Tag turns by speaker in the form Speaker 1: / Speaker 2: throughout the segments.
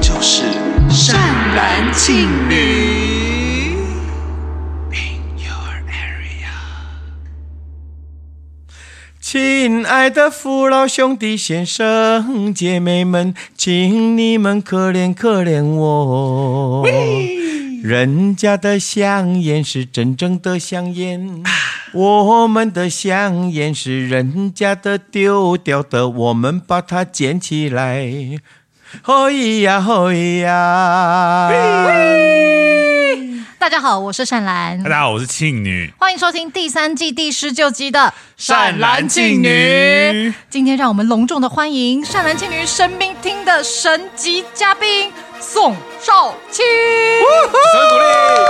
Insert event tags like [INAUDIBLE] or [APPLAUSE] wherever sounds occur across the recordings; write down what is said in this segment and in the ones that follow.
Speaker 1: 就是善男信女。In your area，
Speaker 2: 亲爱的父老兄弟先生姐妹们，请你们可怜可怜我。人家的香烟是真正的香烟，我们的香烟是人家的丢掉的，我们把它捡起来。吼咿呀吼咿呀！
Speaker 3: 大家好，我是善兰
Speaker 4: 大，家好，我是庆女。
Speaker 3: 欢迎收听第三季第十九集的《
Speaker 4: 善男信女
Speaker 3: 今天让我们隆重的欢迎善男信女神兵厅的神级嘉宾宋少卿。
Speaker 4: 神鼓励。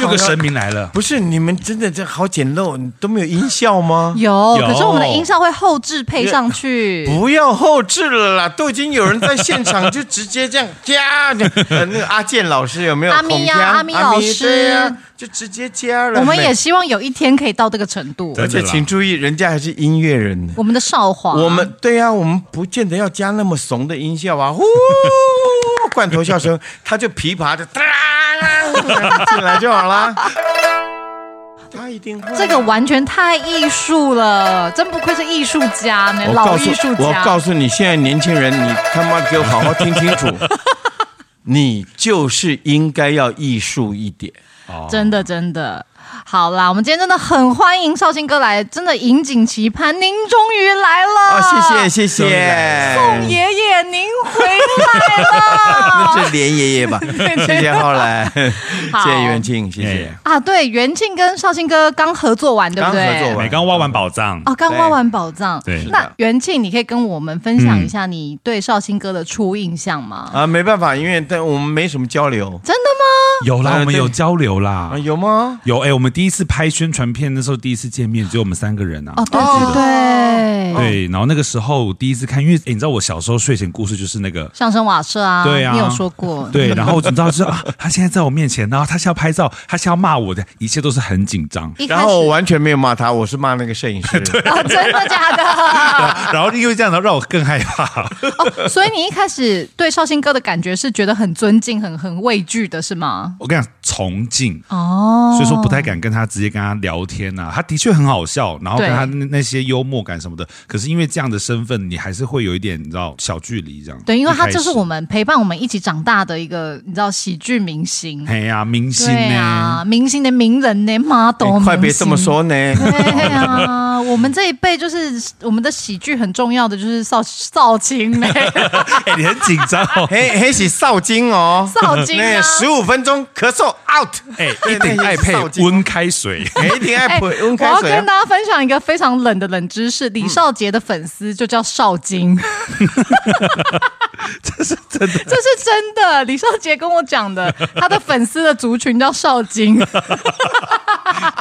Speaker 4: 又个神明来了，
Speaker 2: 不是你们真的这好简陋，你都没有音效吗？
Speaker 3: 有，
Speaker 4: 有
Speaker 3: 可是我们的音效会后置配上去。
Speaker 2: 不要后置了啦，都已经有人在现场就直接这样加，呃那个阿健老师有没有？
Speaker 3: 阿咪呀
Speaker 2: 孔锵
Speaker 3: 阿咪老师
Speaker 2: 对呀，就直接加了。
Speaker 3: 我们也
Speaker 2: 没，
Speaker 3: 希望有一天可以到这个程度。
Speaker 4: 对
Speaker 2: 而且请注意，人家还是音乐人呢。
Speaker 3: 我们的少华，
Speaker 2: 我们对呀、我们不见得要加那么怂的音效
Speaker 3: [LAUGHS]
Speaker 2: 啊，呼，罐头笑声，他就琵琶就哒进来就好
Speaker 3: [LAUGHS]
Speaker 2: 啦。他一定会
Speaker 3: 这个完全太艺术了，真不愧是艺术家呢，
Speaker 2: 我
Speaker 3: 老
Speaker 2: 告诉
Speaker 3: 艺术
Speaker 2: 我
Speaker 3: 家。
Speaker 2: 告诉你，现在年轻人，你他妈给我好好听
Speaker 3: [LAUGHS]
Speaker 2: 清楚，你就是应该要艺术一点。
Speaker 3: 真的真的。好啦，我们今天真的很欢迎绍兴哥来，真的引颈期盼，您终于来了！
Speaker 2: 啊，谢谢，谢谢，
Speaker 3: 宋爷爷，您回来
Speaker 2: [LAUGHS]
Speaker 3: 了！
Speaker 2: 那是连爷
Speaker 3: [LAUGHS]
Speaker 2: 爷吧？谢谢浩然，谢
Speaker 3: 好
Speaker 2: 谢袁庆，谢谢
Speaker 4: 哎。
Speaker 3: 啊，对，元庆跟绍兴哥刚合作完，对不对？
Speaker 2: 刚合作完
Speaker 4: 你哎刚挖完宝藏，
Speaker 3: 哦，刚挖完宝藏。
Speaker 4: 对
Speaker 2: 是
Speaker 3: 那
Speaker 2: 的
Speaker 3: 元庆，你可以跟我们分享一下你对绍兴哥的初印象吗？
Speaker 2: 啊，没办法，因为但我们没什么交流
Speaker 3: 真的吗？
Speaker 4: 有啦，
Speaker 2: 呃
Speaker 4: 我们
Speaker 2: 对
Speaker 4: 有交流
Speaker 2: 啊，
Speaker 4: 啦，
Speaker 2: 有吗？
Speaker 4: 有哎、我们第一次拍宣传片那时候，第一次见面只有我们三个人啊。
Speaker 3: 哦，对
Speaker 2: 哦
Speaker 3: 对对，
Speaker 4: 对，然后那个时候第一次看，因为、哎你知道我小时候睡前故事就是那
Speaker 3: [LAUGHS]
Speaker 4: 个，
Speaker 3: 相声瓦舍啊，
Speaker 4: 对啊
Speaker 3: 你有说过？
Speaker 4: 对，然后我只知道就是啊，他现在在我面前，然后他是要拍照，他是要骂我的，一切都是很紧张。
Speaker 3: 一开
Speaker 2: 然
Speaker 3: 始
Speaker 2: 后我完全没有骂他，我是骂那个摄影
Speaker 3: [LAUGHS]
Speaker 2: 师。
Speaker 3: 啊，真的假
Speaker 2: [LAUGHS]
Speaker 3: 的？
Speaker 4: [LAUGHS] 然后因为这样，然后让我更害怕。 [LAUGHS]
Speaker 3: 哦，所以你一开始对绍兴哥的感觉是觉得很尊敬、很很畏惧的，是吗？
Speaker 4: 我跟你讲，崇敬，
Speaker 3: 哦，
Speaker 4: 所以说不太敢跟他直接跟他聊天呐、他的确很好笑，然后
Speaker 3: 对
Speaker 4: 跟他那那些幽默感什么的，可是因为这样的身份，你还是会有一点你知道小距离这样。
Speaker 3: 对，因为
Speaker 4: 一开
Speaker 3: 他
Speaker 4: 始
Speaker 3: 就是我。们陪伴我们一起长大的一个，你知道喜剧明星，
Speaker 4: 哎呀，明星
Speaker 3: 对
Speaker 4: 呢、
Speaker 3: 啊，明星的名人呢，model，
Speaker 2: 你快别这么
Speaker 3: 明星。
Speaker 2: 说呢。。
Speaker 3: [LAUGHS] 对啊，我们这一辈就是我们的喜剧很重要的就是少少卿呢，
Speaker 4: [LAUGHS] 哎、你很紧张哦
Speaker 3: [LAUGHS]
Speaker 2: 嘿，嘿是少金哦，
Speaker 3: 少金啊
Speaker 2: 十五分钟咳嗽 out，
Speaker 4: 哎、
Speaker 2: 对
Speaker 4: 一
Speaker 2: [LAUGHS]
Speaker 4: 定爱配温开水。 [LAUGHS]
Speaker 2: 哎一定爱
Speaker 3: 哎
Speaker 2: 配温
Speaker 3: 我
Speaker 2: 开
Speaker 3: 要
Speaker 2: 水啊
Speaker 3: 跟。大家分享一个非常冷的冷知
Speaker 2: 嗯
Speaker 3: 识，李少杰的粉丝就叫
Speaker 2: [LAUGHS]
Speaker 3: 少金，这是 [LAUGHS] 真的，这是真的。李少杰跟我讲的，他的粉丝的族群叫少
Speaker 2: [LAUGHS]
Speaker 3: 金。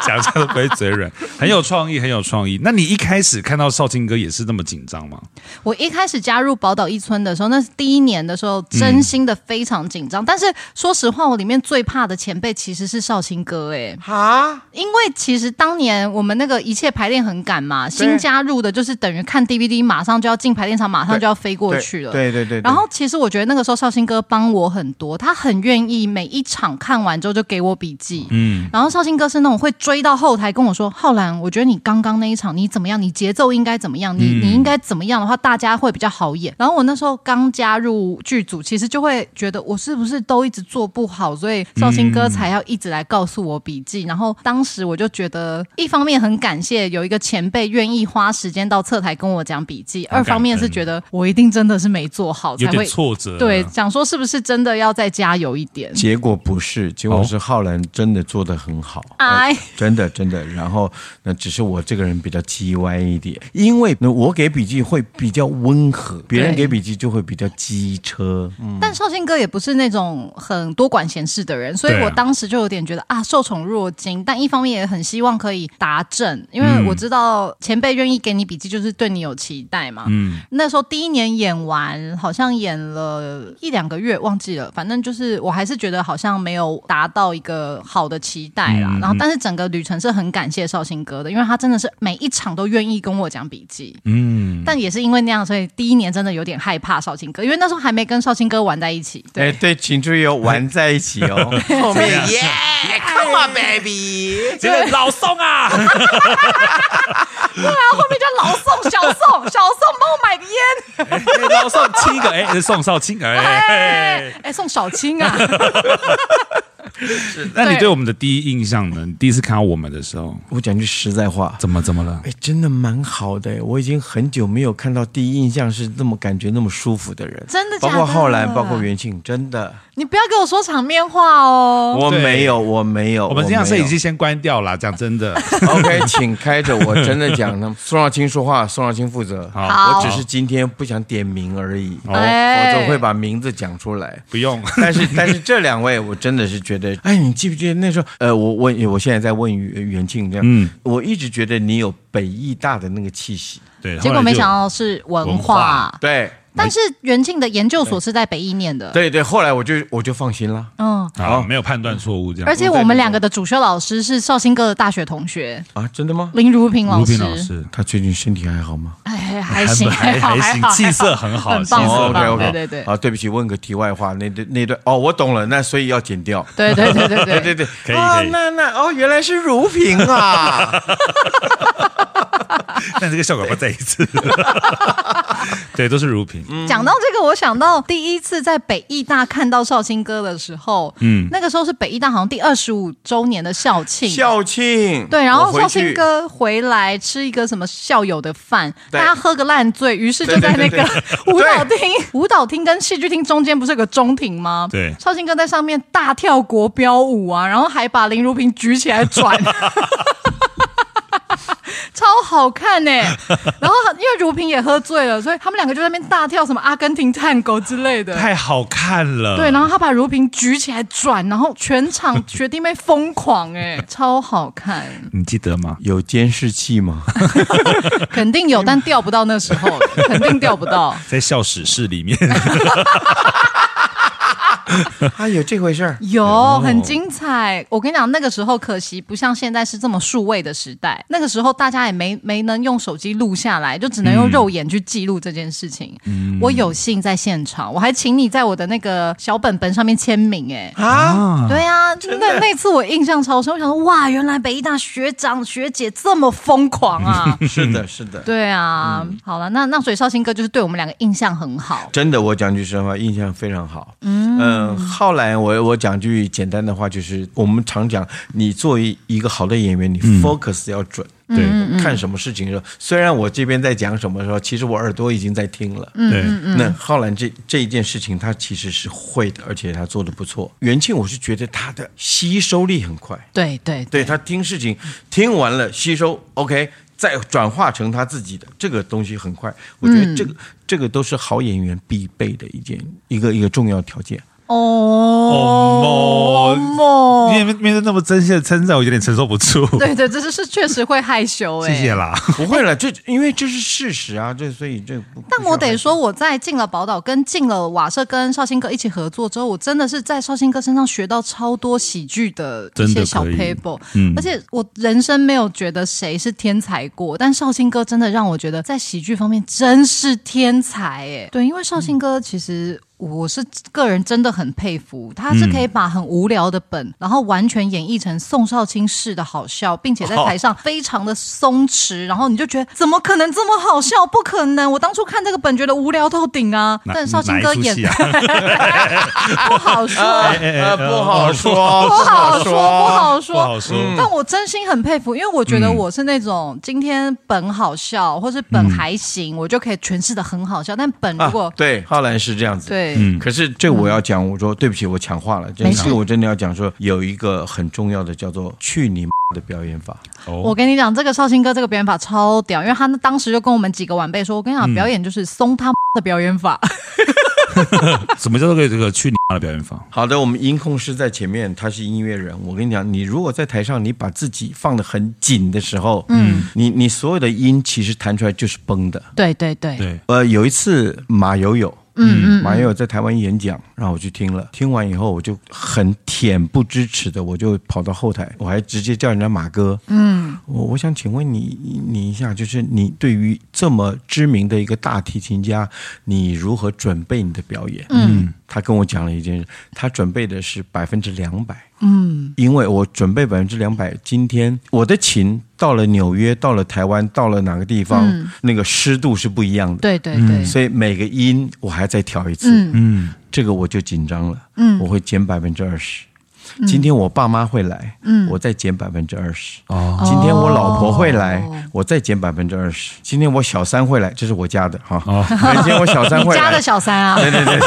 Speaker 4: 讲这都不会嘴软，很有创意，很有创意。那你一开始看到少卿哥也是那么紧张吗？
Speaker 3: 我一开始加入宝岛一村的时候，那是第一年的时候，真心的非常紧张。但是说实话，我里面最怕的前辈其实是少卿哥、哎，
Speaker 2: 哈，
Speaker 3: 因为其实当年我们那个一切排练很赶嘛，新加入的就是等于看 DVD，马上就要进排练场，马上就要飞过
Speaker 2: 对
Speaker 3: 去了。
Speaker 2: 对对对，对
Speaker 3: 然后其实我觉得那个时候绍兴哥帮我很多，他很愿意每一场看完之后就给我笔记。
Speaker 4: 嗯，
Speaker 3: 然后绍兴哥是那种会追到后台跟我说：“浩然，我觉得你刚刚那一场你怎么样？你节奏应该怎么样？
Speaker 4: 嗯
Speaker 3: 你、你应该怎么样的话，大家会比较好演。”然后我那时候刚加入剧组，其实就会觉得我是不是都一直做不好，所以绍兴哥才要一直来告诉我笔
Speaker 4: 嗯
Speaker 3: 记。然后当时我就觉得，一方面很感谢有一个前辈愿意花时间到侧台跟我讲笔记，二
Speaker 4: 很感
Speaker 3: 方面是
Speaker 4: 恩
Speaker 3: 觉得我一定真的是没做好，才
Speaker 4: 有
Speaker 3: 会
Speaker 4: 点挫折。
Speaker 3: 对，想说是不是真的要再加油一点？
Speaker 2: 结果不是，结果
Speaker 4: 哦
Speaker 2: 是浩然真的做得很好，呃
Speaker 3: 哎，
Speaker 2: 真的真的。然后那只是我这个人比较叽歪一点，因为那我给笔记会比较温和，别人
Speaker 3: 对
Speaker 2: 给笔记就会比较机车。嗯
Speaker 3: 但绍兴哥也不是那种很多管闲事的人，所以
Speaker 4: 对啊
Speaker 3: 我当时就有点觉得啊，受宠若惊，但一方面也很希望可以达正，因
Speaker 4: 嗯
Speaker 3: 为我知道前辈愿意给你笔记，就是对你有期待嘛。
Speaker 4: 嗯，
Speaker 3: 那时候第一年演完，好像演了一两个月，忘记了。反正就是，我还是觉得好像没有达到一个好的期待啦。
Speaker 4: 嗯
Speaker 3: 然后，但是整个旅程是很感谢绍兴哥的，因为他真的是每一场都愿意跟我讲笔记。
Speaker 4: 嗯，
Speaker 3: 但也是因为那样，所以第一年真的有点害怕绍兴哥，因为那时候还没跟绍兴哥玩在一起。对，
Speaker 2: 哎，对，请注意哦，玩在一起 [LAUGHS] 哦，后面耶，Come on baby，
Speaker 4: 真的老宋啊，
Speaker 3: 然啊后后面就老宋、小 [LAUGHS] 宋、小宋帮我买个烟，
Speaker 4: 老宋亲一个，哎，宋少卿，哎
Speaker 3: 哎，哎，宋小青啊，
Speaker 4: 那你
Speaker 3: 对
Speaker 4: 对我们的第一印象呢？你第一次看到我们的时候，
Speaker 2: 我讲句实在话，
Speaker 4: 怎么怎么了？
Speaker 2: 哎，真的蛮好的。我已经很久没有看到第一印象是那么感觉那么舒服的人，
Speaker 3: 真的
Speaker 2: 包
Speaker 3: 假的
Speaker 2: 括浩然，包括元庆，真的，
Speaker 3: [LAUGHS] 你不要给我说场面话哦。
Speaker 2: 我
Speaker 4: 对
Speaker 2: 没有，我没有。
Speaker 4: 哦我们这样摄
Speaker 2: 没有
Speaker 4: 影机先关掉啦，讲真的，
Speaker 2: OK，请开着。我真的讲呢，宋少卿说话，宋少卿负责。
Speaker 3: 好
Speaker 2: 我只是今天不想点名而已，否
Speaker 4: [LAUGHS]
Speaker 3: 哎
Speaker 4: 哦，
Speaker 2: 则会把名字讲出来。
Speaker 4: 不 [LAUGHS] 用，
Speaker 2: 但是但是这两位，我真的是觉得，哎，你记不记得那时候？呃，我问，我现在在问袁袁庆这样，
Speaker 4: 嗯
Speaker 2: 我一直觉得你有北艺大的那个气息，
Speaker 4: 对，
Speaker 3: 结
Speaker 4: 后来
Speaker 3: 果
Speaker 4: 就
Speaker 3: 没想到是文
Speaker 4: 文
Speaker 3: 化
Speaker 4: 化，
Speaker 2: 对
Speaker 3: 但是袁庆的研究所是在北艺念的，，
Speaker 2: 对对，后来我就我就放心了
Speaker 3: 嗯，
Speaker 4: 啊，没有判断错误这样
Speaker 3: 而。且我们两个的主修老师是绍兴哥的大学同学
Speaker 2: 啊，真的吗？
Speaker 3: 林如萍老
Speaker 4: 卢
Speaker 3: 师
Speaker 4: 斌，老师，
Speaker 2: 他最近身体还好吗？
Speaker 3: 哎，还行，
Speaker 4: 还
Speaker 3: 好，
Speaker 4: 还
Speaker 3: 还
Speaker 4: 行
Speaker 3: 好，
Speaker 4: 气色
Speaker 3: 还
Speaker 4: 很好
Speaker 3: 很棒，
Speaker 4: 气色很
Speaker 3: 很棒
Speaker 4: 好
Speaker 3: 对
Speaker 2: OK，OK
Speaker 3: 对对，
Speaker 2: 啊，对不起，问个题外话，那对那段哦，我懂了，那所以要剪掉。
Speaker 3: 对对对对对
Speaker 2: 对对 [LAUGHS] 对，
Speaker 4: 可以
Speaker 2: 啊
Speaker 4: 可以
Speaker 2: 那那哦，原来是如萍 [LAUGHS] 啊，
Speaker 4: 但这个效果要不要再一
Speaker 3: [LAUGHS]
Speaker 4: 次，对，都是如萍，
Speaker 3: 讲到这个，我想到第一次在北艺大看到绍兴哥的时候，嗯
Speaker 4: 嗯，
Speaker 3: 那个时候是北艺大好像第二十五周年的校庆。
Speaker 2: 校庆。
Speaker 3: 对，然
Speaker 2: 我
Speaker 3: 后
Speaker 2: 回
Speaker 3: 绍
Speaker 2: 去
Speaker 3: 兴哥回来吃一个什么校友的饭，
Speaker 2: 对
Speaker 3: 大家喝个烂醉，于是就在那个舞蹈厅、舞蹈厅跟戏剧厅中间不是有个中庭吗？
Speaker 4: 对
Speaker 3: 绍兴哥在上面大跳国标舞啊，然后还把林如萍举起来转， [LAUGHS] 超好看呢、然后因为如萍也喝醉了，所以他们两个就在那边大跳什么阿根廷探狗之类的。
Speaker 4: 太好看了。
Speaker 2: 呃
Speaker 3: 对，然后他把如萍举起来转，然后全场学弟妹疯狂哎、超好看，
Speaker 4: 你记得吗？
Speaker 2: 有监视器吗？
Speaker 3: 肯定 [LAUGHS] 有，但调不到那时候，肯定调不 [LAUGHS] 到。
Speaker 4: 在校史室里面，
Speaker 2: [LAUGHS] 啊，有这回事儿。
Speaker 3: 有很精彩，我跟你讲，那个时候可惜不像现在是这么数位的时代，那个时候大家也没没能用手机录下来，就只能用肉眼去记录这件事情。我有幸在现场，我还请你在我的那个小本本上面签名、哎、
Speaker 2: [LAUGHS] 啊，
Speaker 3: 对啊，那那次我印象超深，我想说哇，原来北医大学长学姐这么疯狂啊！ [LAUGHS]
Speaker 2: 是的，是的，
Speaker 3: 对啊，好了，那那所以绍兴哥就是对我们两个印象很好，
Speaker 2: 真的，我讲句实话，印象非常好。嗯后来我我讲句简单的话，就是我们常讲，你作为一个好的演员，你 focus 要准。
Speaker 4: 对
Speaker 3: 嗯
Speaker 2: 看什么事情的时候，虽然我这边在讲什么的时候，其实我耳朵已经在听了。
Speaker 3: 嗯
Speaker 4: 对，
Speaker 2: 那浩然这这一件事情，他其实是会的，而且他做的不错。元庆，我是觉得他的吸收力很快，
Speaker 3: 对对
Speaker 2: 对他听事情听完了吸收，OK，再转化成他自己的这个东西很快。我觉得这
Speaker 3: 嗯
Speaker 2: 个、这个都是好演员必备的一件一个一个重要条
Speaker 3: [LAUGHS]
Speaker 2: 件。
Speaker 3: 哦
Speaker 4: 哦
Speaker 3: 莫
Speaker 4: 面面对那么真心的称赞，我有点承受不住。
Speaker 3: 对对，这是是确实会害羞哎、
Speaker 4: 谢谢。啦，
Speaker 2: 不会了，这因为这是事实啊，这所以这不。
Speaker 3: 但
Speaker 2: 不需要
Speaker 3: 我得
Speaker 2: 害
Speaker 3: 说，我在进了宝岛跟进了瓦舍跟绍兴哥一起合作之后，我真的是在绍兴哥身上学到超多喜剧的一
Speaker 4: 真
Speaker 3: 些
Speaker 4: 的
Speaker 3: 小
Speaker 4: 可以
Speaker 3: paper，
Speaker 4: 嗯
Speaker 3: 而且我人生没有觉得谁是天才过，但绍兴哥真的让我觉得在喜剧方面真是天才哎。对，因为绍兴哥其实。我是个人真的很佩服，他是可以把很无聊的本，然后完全演绎成宋少卿式的好笑，并且在
Speaker 4: 哦
Speaker 3: 台上非常的松弛，然后你就觉得怎么可能这么好笑？不可能！我当初看这个本觉得无聊透顶啊，
Speaker 4: 哪
Speaker 3: 但绍兴
Speaker 4: 哪一
Speaker 3: 哥
Speaker 4: 出
Speaker 3: 演
Speaker 4: 戏啊
Speaker 3: [LAUGHS] 不好说，哎
Speaker 2: 呃不好说，
Speaker 3: 不好说，不好说，
Speaker 4: 不好说嗯
Speaker 3: 但我真心很佩服，因为我觉得我是那种今天本好笑，或是本还行，我就可以诠释的很好笑。但本如
Speaker 2: 啊
Speaker 3: 果，
Speaker 2: 对，浩然是这样子。
Speaker 3: 对，
Speaker 4: 嗯
Speaker 2: 可是这我要讲，我说对不起，我强化了。这
Speaker 3: 没事
Speaker 2: 次我真的要讲说，有一个很重要的叫做“去你妈的表演法
Speaker 4: [LAUGHS]
Speaker 3: 我
Speaker 4: 哦，
Speaker 3: 跟你讲，这个绍兴哥这个表演法超屌，因为他当时就跟我们几个晚辈说，我跟你讲，表演就是松他妈的表演法。 [LAUGHS]
Speaker 4: 什么叫做这个去你妈的表演房？
Speaker 2: 好的，我们音控师在前面，他是音乐人。我跟你讲，你如果在台上你把自己放得很紧的时候，嗯，你你所有的音其实弹出来就是崩的。
Speaker 3: 对对对，
Speaker 4: 对，
Speaker 2: 呃，有一次马友友，
Speaker 3: 嗯嗯
Speaker 2: 马友友在台湾演讲，然后我去听了，听完以后我就很恬不知耻的，我就跑到后台，我还直接叫人家马哥，嗯，我我想请问你你一下，就是你对于这么知名的一个大提琴家，你如何准备你的表演？嗯，他跟我讲了一件事，他准备的是百分之两百。因为我准备百分之两百，今天我的琴到了纽约，到了台湾，到了哪个地方，那个湿度是不一样的，
Speaker 3: 对对对，
Speaker 2: 嗯所以每个音我还再调一次，
Speaker 4: 嗯，
Speaker 2: 这个我就紧张了，
Speaker 3: 嗯
Speaker 2: 我会减百分之二十。今天我爸妈会来，
Speaker 3: 嗯
Speaker 2: 我再减百分之二十。
Speaker 4: 哦，
Speaker 2: 今天我老婆会来，
Speaker 3: 哦
Speaker 2: 我再减百分之二十。今天我小三会来，这是我家的哈。
Speaker 4: 哦
Speaker 2: 今天我小三
Speaker 3: 你
Speaker 2: 会
Speaker 3: 家
Speaker 2: 来
Speaker 3: 的，小三啊
Speaker 2: 对对对，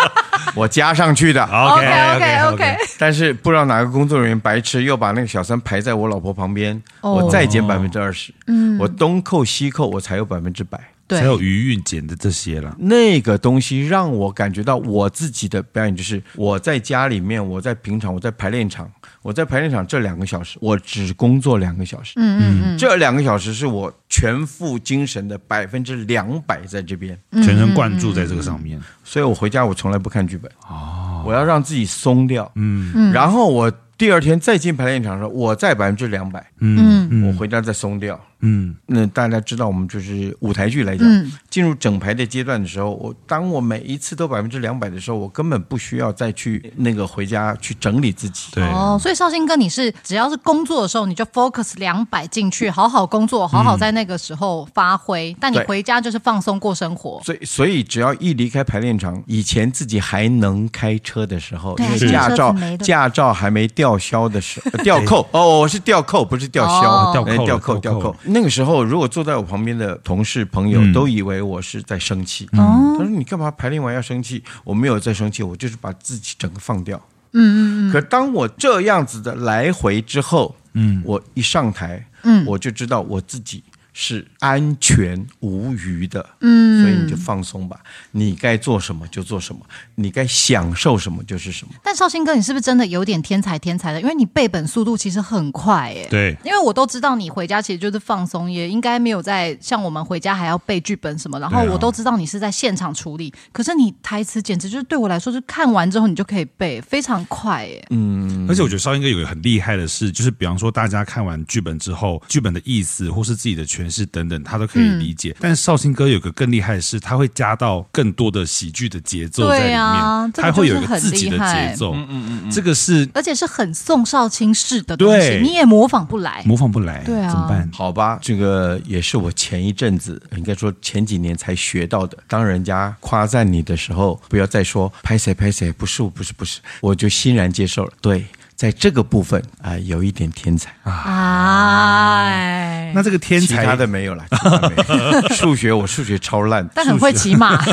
Speaker 3: [LAUGHS]
Speaker 2: 我加上去的。
Speaker 4: OK
Speaker 3: OK
Speaker 4: OK，
Speaker 2: 但是不知道哪个工作人员白痴，又把那个小三排在我老婆旁边，
Speaker 3: 哦
Speaker 2: 我再减百分之二十，嗯，我东扣西扣，我才有百分之百。
Speaker 4: 才
Speaker 3: 对
Speaker 4: 有余韵剪的这些啦。
Speaker 2: 那个东西让我感觉到我自己的表演，就是我在家里面，我在平常，我在排练场，我在排练场这两个小时，我只工作两个小时，嗯嗯嗯，这两个小时是我全副精神的百分之两百在这边，
Speaker 3: 嗯
Speaker 4: 全神贯注在这个上面。
Speaker 2: 所以我回家我从来不看剧本。哦，我要让自己松掉。嗯，然后我第二天再进排练场的时候，我再百分之两百，
Speaker 4: 嗯
Speaker 2: 我回家再松掉。
Speaker 4: 嗯，
Speaker 2: 那大家知道，我们就是舞台剧来讲，
Speaker 3: 嗯
Speaker 2: 进入整排的阶段的时候，我当我每一次都百分之两百的时候，我根本不需要再去那个回家去整理自己。
Speaker 4: 对，
Speaker 3: 哦，所以绍兴哥，你是只要是工作的时候，你就 focus 两百进去，好好工作，好好在那个时候发
Speaker 4: 嗯
Speaker 3: 挥。但你
Speaker 2: 对
Speaker 3: 回家就是放松过生活，
Speaker 2: 所以，所以只要一离开排练场，以前自己还能开车的时候，
Speaker 3: 对
Speaker 2: 因为
Speaker 3: 是
Speaker 2: 驾照
Speaker 3: 车子没了
Speaker 2: 驾照还没吊销的时候，呃掉扣哦，我是掉扣，不是吊销，
Speaker 3: 哦
Speaker 4: 掉扣
Speaker 2: 哎
Speaker 4: 了
Speaker 2: 掉扣，
Speaker 4: 掉
Speaker 2: 掉
Speaker 4: 扣
Speaker 2: 扣。那个时候，如果坐在我旁边的同事朋友
Speaker 4: 嗯
Speaker 2: 都以为我是在生气，
Speaker 3: 哦
Speaker 2: 他说你干嘛排练完要生气？我没有在生气，我就是把自己整个放掉。嗯嗯嗯。可当我这样子的来回之后，嗯，我一上台，嗯，我就知道我自己是安全无虞的，嗯，所以你就放松吧，你该做什么就做什么，你该享受什么就是什么。
Speaker 3: 但绍兴哥，你是不是真的有点天才天才的？因为你背本速度其实很快耶。
Speaker 4: 对
Speaker 3: 因为我都知道你回家其实就是放松，也应该没有在像我们回家还要背剧本什么。然后
Speaker 4: 对啊
Speaker 3: 我都知道你是在现场处理，可是你台词简直就是对我来说，就是看完之后你就可以背，非常快耶。
Speaker 4: 嗯
Speaker 3: 嗯
Speaker 4: 而且我觉得少英哥有一个很厉害的是，就是比方说大家看完剧本之后，剧本的意思或是自己的诠释等等，他都可以理
Speaker 3: 嗯
Speaker 4: 解。但是绍兴哥有个更厉害的是，他会加到更多的喜剧的节奏在里
Speaker 3: 对
Speaker 4: 面，
Speaker 3: 啊这
Speaker 4: 他
Speaker 3: 个
Speaker 4: 会
Speaker 3: 就
Speaker 4: 有
Speaker 3: 是
Speaker 4: 一个
Speaker 3: 很
Speaker 4: 自己的
Speaker 3: 厉害
Speaker 4: 节奏。嗯嗯嗯，这个是
Speaker 3: 而且是很宋少卿式的东西，
Speaker 4: 对
Speaker 3: 你也模仿不来。
Speaker 4: 模仿不来，
Speaker 3: 对啊
Speaker 4: 怎么办？
Speaker 2: 好吧，这个也是我前一阵子，应该说前几年才学到的。当人家夸赞你的时候，不要再说拍谁拍谁，不是我，不是不是，我就欣然接受了。对，在这个部分啊、有一点天才，
Speaker 3: 哎，
Speaker 4: 那这个天
Speaker 2: 啊其
Speaker 4: 才
Speaker 2: 他的没有了。其他 [LAUGHS] 没有数学我数学超烂，
Speaker 3: 但
Speaker 2: [LAUGHS]
Speaker 3: 很会骑马。 [LAUGHS]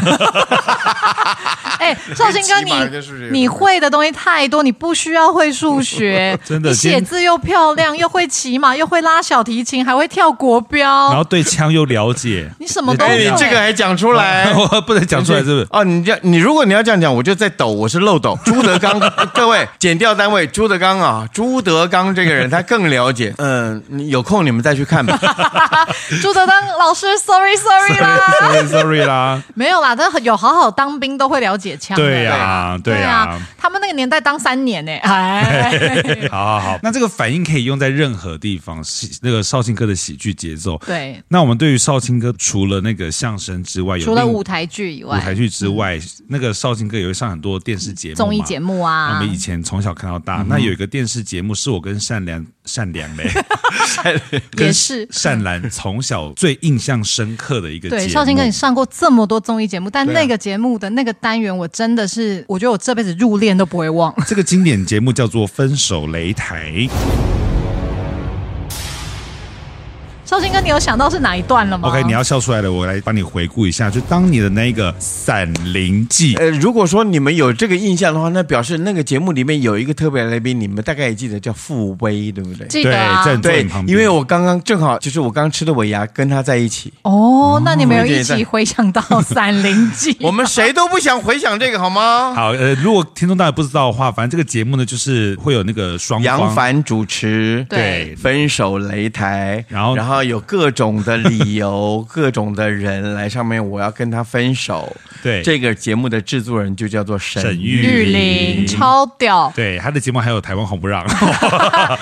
Speaker 3: 哎，绍兴哥，
Speaker 2: 骑马跟数学有
Speaker 3: 你你
Speaker 2: 关
Speaker 3: 会的东西太多，你不需要会数学，
Speaker 4: 真的
Speaker 3: 你
Speaker 4: 今
Speaker 3: 写字又漂亮，又会骑马，又会拉小提琴，还会跳
Speaker 4: 然
Speaker 3: 国
Speaker 4: 后
Speaker 3: 标，，
Speaker 4: 对枪又了解
Speaker 3: 你什么都
Speaker 2: 哎，
Speaker 3: 会。
Speaker 2: 你这个还讲出 [LAUGHS] 来。
Speaker 3: 哦
Speaker 4: [LAUGHS] 我不能讲出来，是不是？
Speaker 2: 哦，你这样你如果你要这样讲，我就在抖，我是漏斗。朱德刚， [LAUGHS] 各位减掉单位，朱德刚啊，朱德刚这个人他更了解。 [LAUGHS] 嗯、你有空你们再去看吧。
Speaker 3: 朱德当老师，sorry sorry 啦，
Speaker 4: [LAUGHS] sorry sorry 啦，
Speaker 3: 没有啦，但有好好当兵都会了解枪的。
Speaker 4: 对啊呀，对
Speaker 3: 对
Speaker 4: 呀
Speaker 3: 啊。，他们那个年代当三年呢，哎，
Speaker 4: 好好好，那这个反应可以用在任何地方，喜那个绍兴哥的喜剧节奏。
Speaker 3: 对，
Speaker 4: 那我们对于绍兴哥，除了那个相声之外，有
Speaker 3: 除了
Speaker 4: 另
Speaker 3: 舞台嗯剧以外，
Speaker 4: 舞台剧之外，那个绍兴哥有上很多电视节目嘛、
Speaker 3: 综艺节目啊
Speaker 4: 我，们以前从小看到大。
Speaker 3: 嗯
Speaker 4: 那有一个电视节目是我跟善良善良
Speaker 3: [LAUGHS]
Speaker 4: 嘞，
Speaker 3: 也是。嗯
Speaker 4: 善良从小最印象深刻的一个节目。啊
Speaker 3: 对，绍兴哥，你上过这么多综艺节目，但那个节目的那个单元，我真的是，我觉得我这辈子入殓都不
Speaker 4: [LAUGHS]
Speaker 3: 会忘。
Speaker 4: 这个经典节目叫做《分手擂台》。
Speaker 3: 绍兴哥，你有想到是哪一段了
Speaker 2: 啊
Speaker 3: 吗
Speaker 4: OK，你要笑出来了，我来帮你回顾一下，就当你的那个《散灵记》
Speaker 2: 呃，如果说你们有这个印象的话，那表示那个节目里面有一个特别来宾，你们大概也记得叫傅威，对不对？
Speaker 3: 记得啊
Speaker 4: 对。在坐
Speaker 2: 对
Speaker 4: 你旁，边
Speaker 2: 因为我刚刚正好就是我刚吃的尾牙跟他在一 [LAUGHS] 起，
Speaker 3: 哦，那你没有一
Speaker 2: 我记
Speaker 3: 起
Speaker 2: 得
Speaker 3: 回想到《三零记》？
Speaker 4: [LAUGHS]
Speaker 2: 我们谁都不想回想这个好吗？
Speaker 4: 好，呃，如果听众大家不知道的话，反正这个节目呢，就是会有那个双
Speaker 2: 杨
Speaker 4: 方
Speaker 2: 凡主持，
Speaker 3: 对
Speaker 2: 分手擂台，
Speaker 4: 然后
Speaker 2: 然后有各种的
Speaker 4: [LAUGHS]
Speaker 2: 理由，各种的人来上面，我要跟他分手。
Speaker 4: 对
Speaker 2: 这个节目的制作人就叫做沈
Speaker 4: 沈玉
Speaker 2: 玉。
Speaker 3: 玉林超屌，
Speaker 4: 对他的节目还有台湾红不让， [LAUGHS]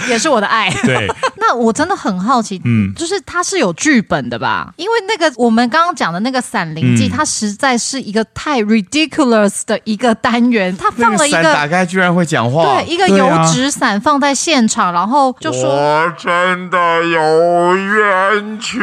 Speaker 3: 也是我的爱。 [LAUGHS]
Speaker 4: 对，
Speaker 3: 那我真的很好奇，嗯，就是它是有剧本的吧？因为那个我们刚刚讲的那个《散灵
Speaker 4: 嗯
Speaker 3: 记》，它实在是一个太 ridiculous 的一个单元，它
Speaker 2: 那
Speaker 3: 放
Speaker 2: 个
Speaker 3: 了一
Speaker 2: 伞打
Speaker 3: 个。
Speaker 2: 开居然会讲话，
Speaker 3: 对，一个
Speaker 4: 哦对
Speaker 3: 油
Speaker 4: 啊
Speaker 3: 纸伞放在现场，然后就说
Speaker 5: 我真的有冤屈。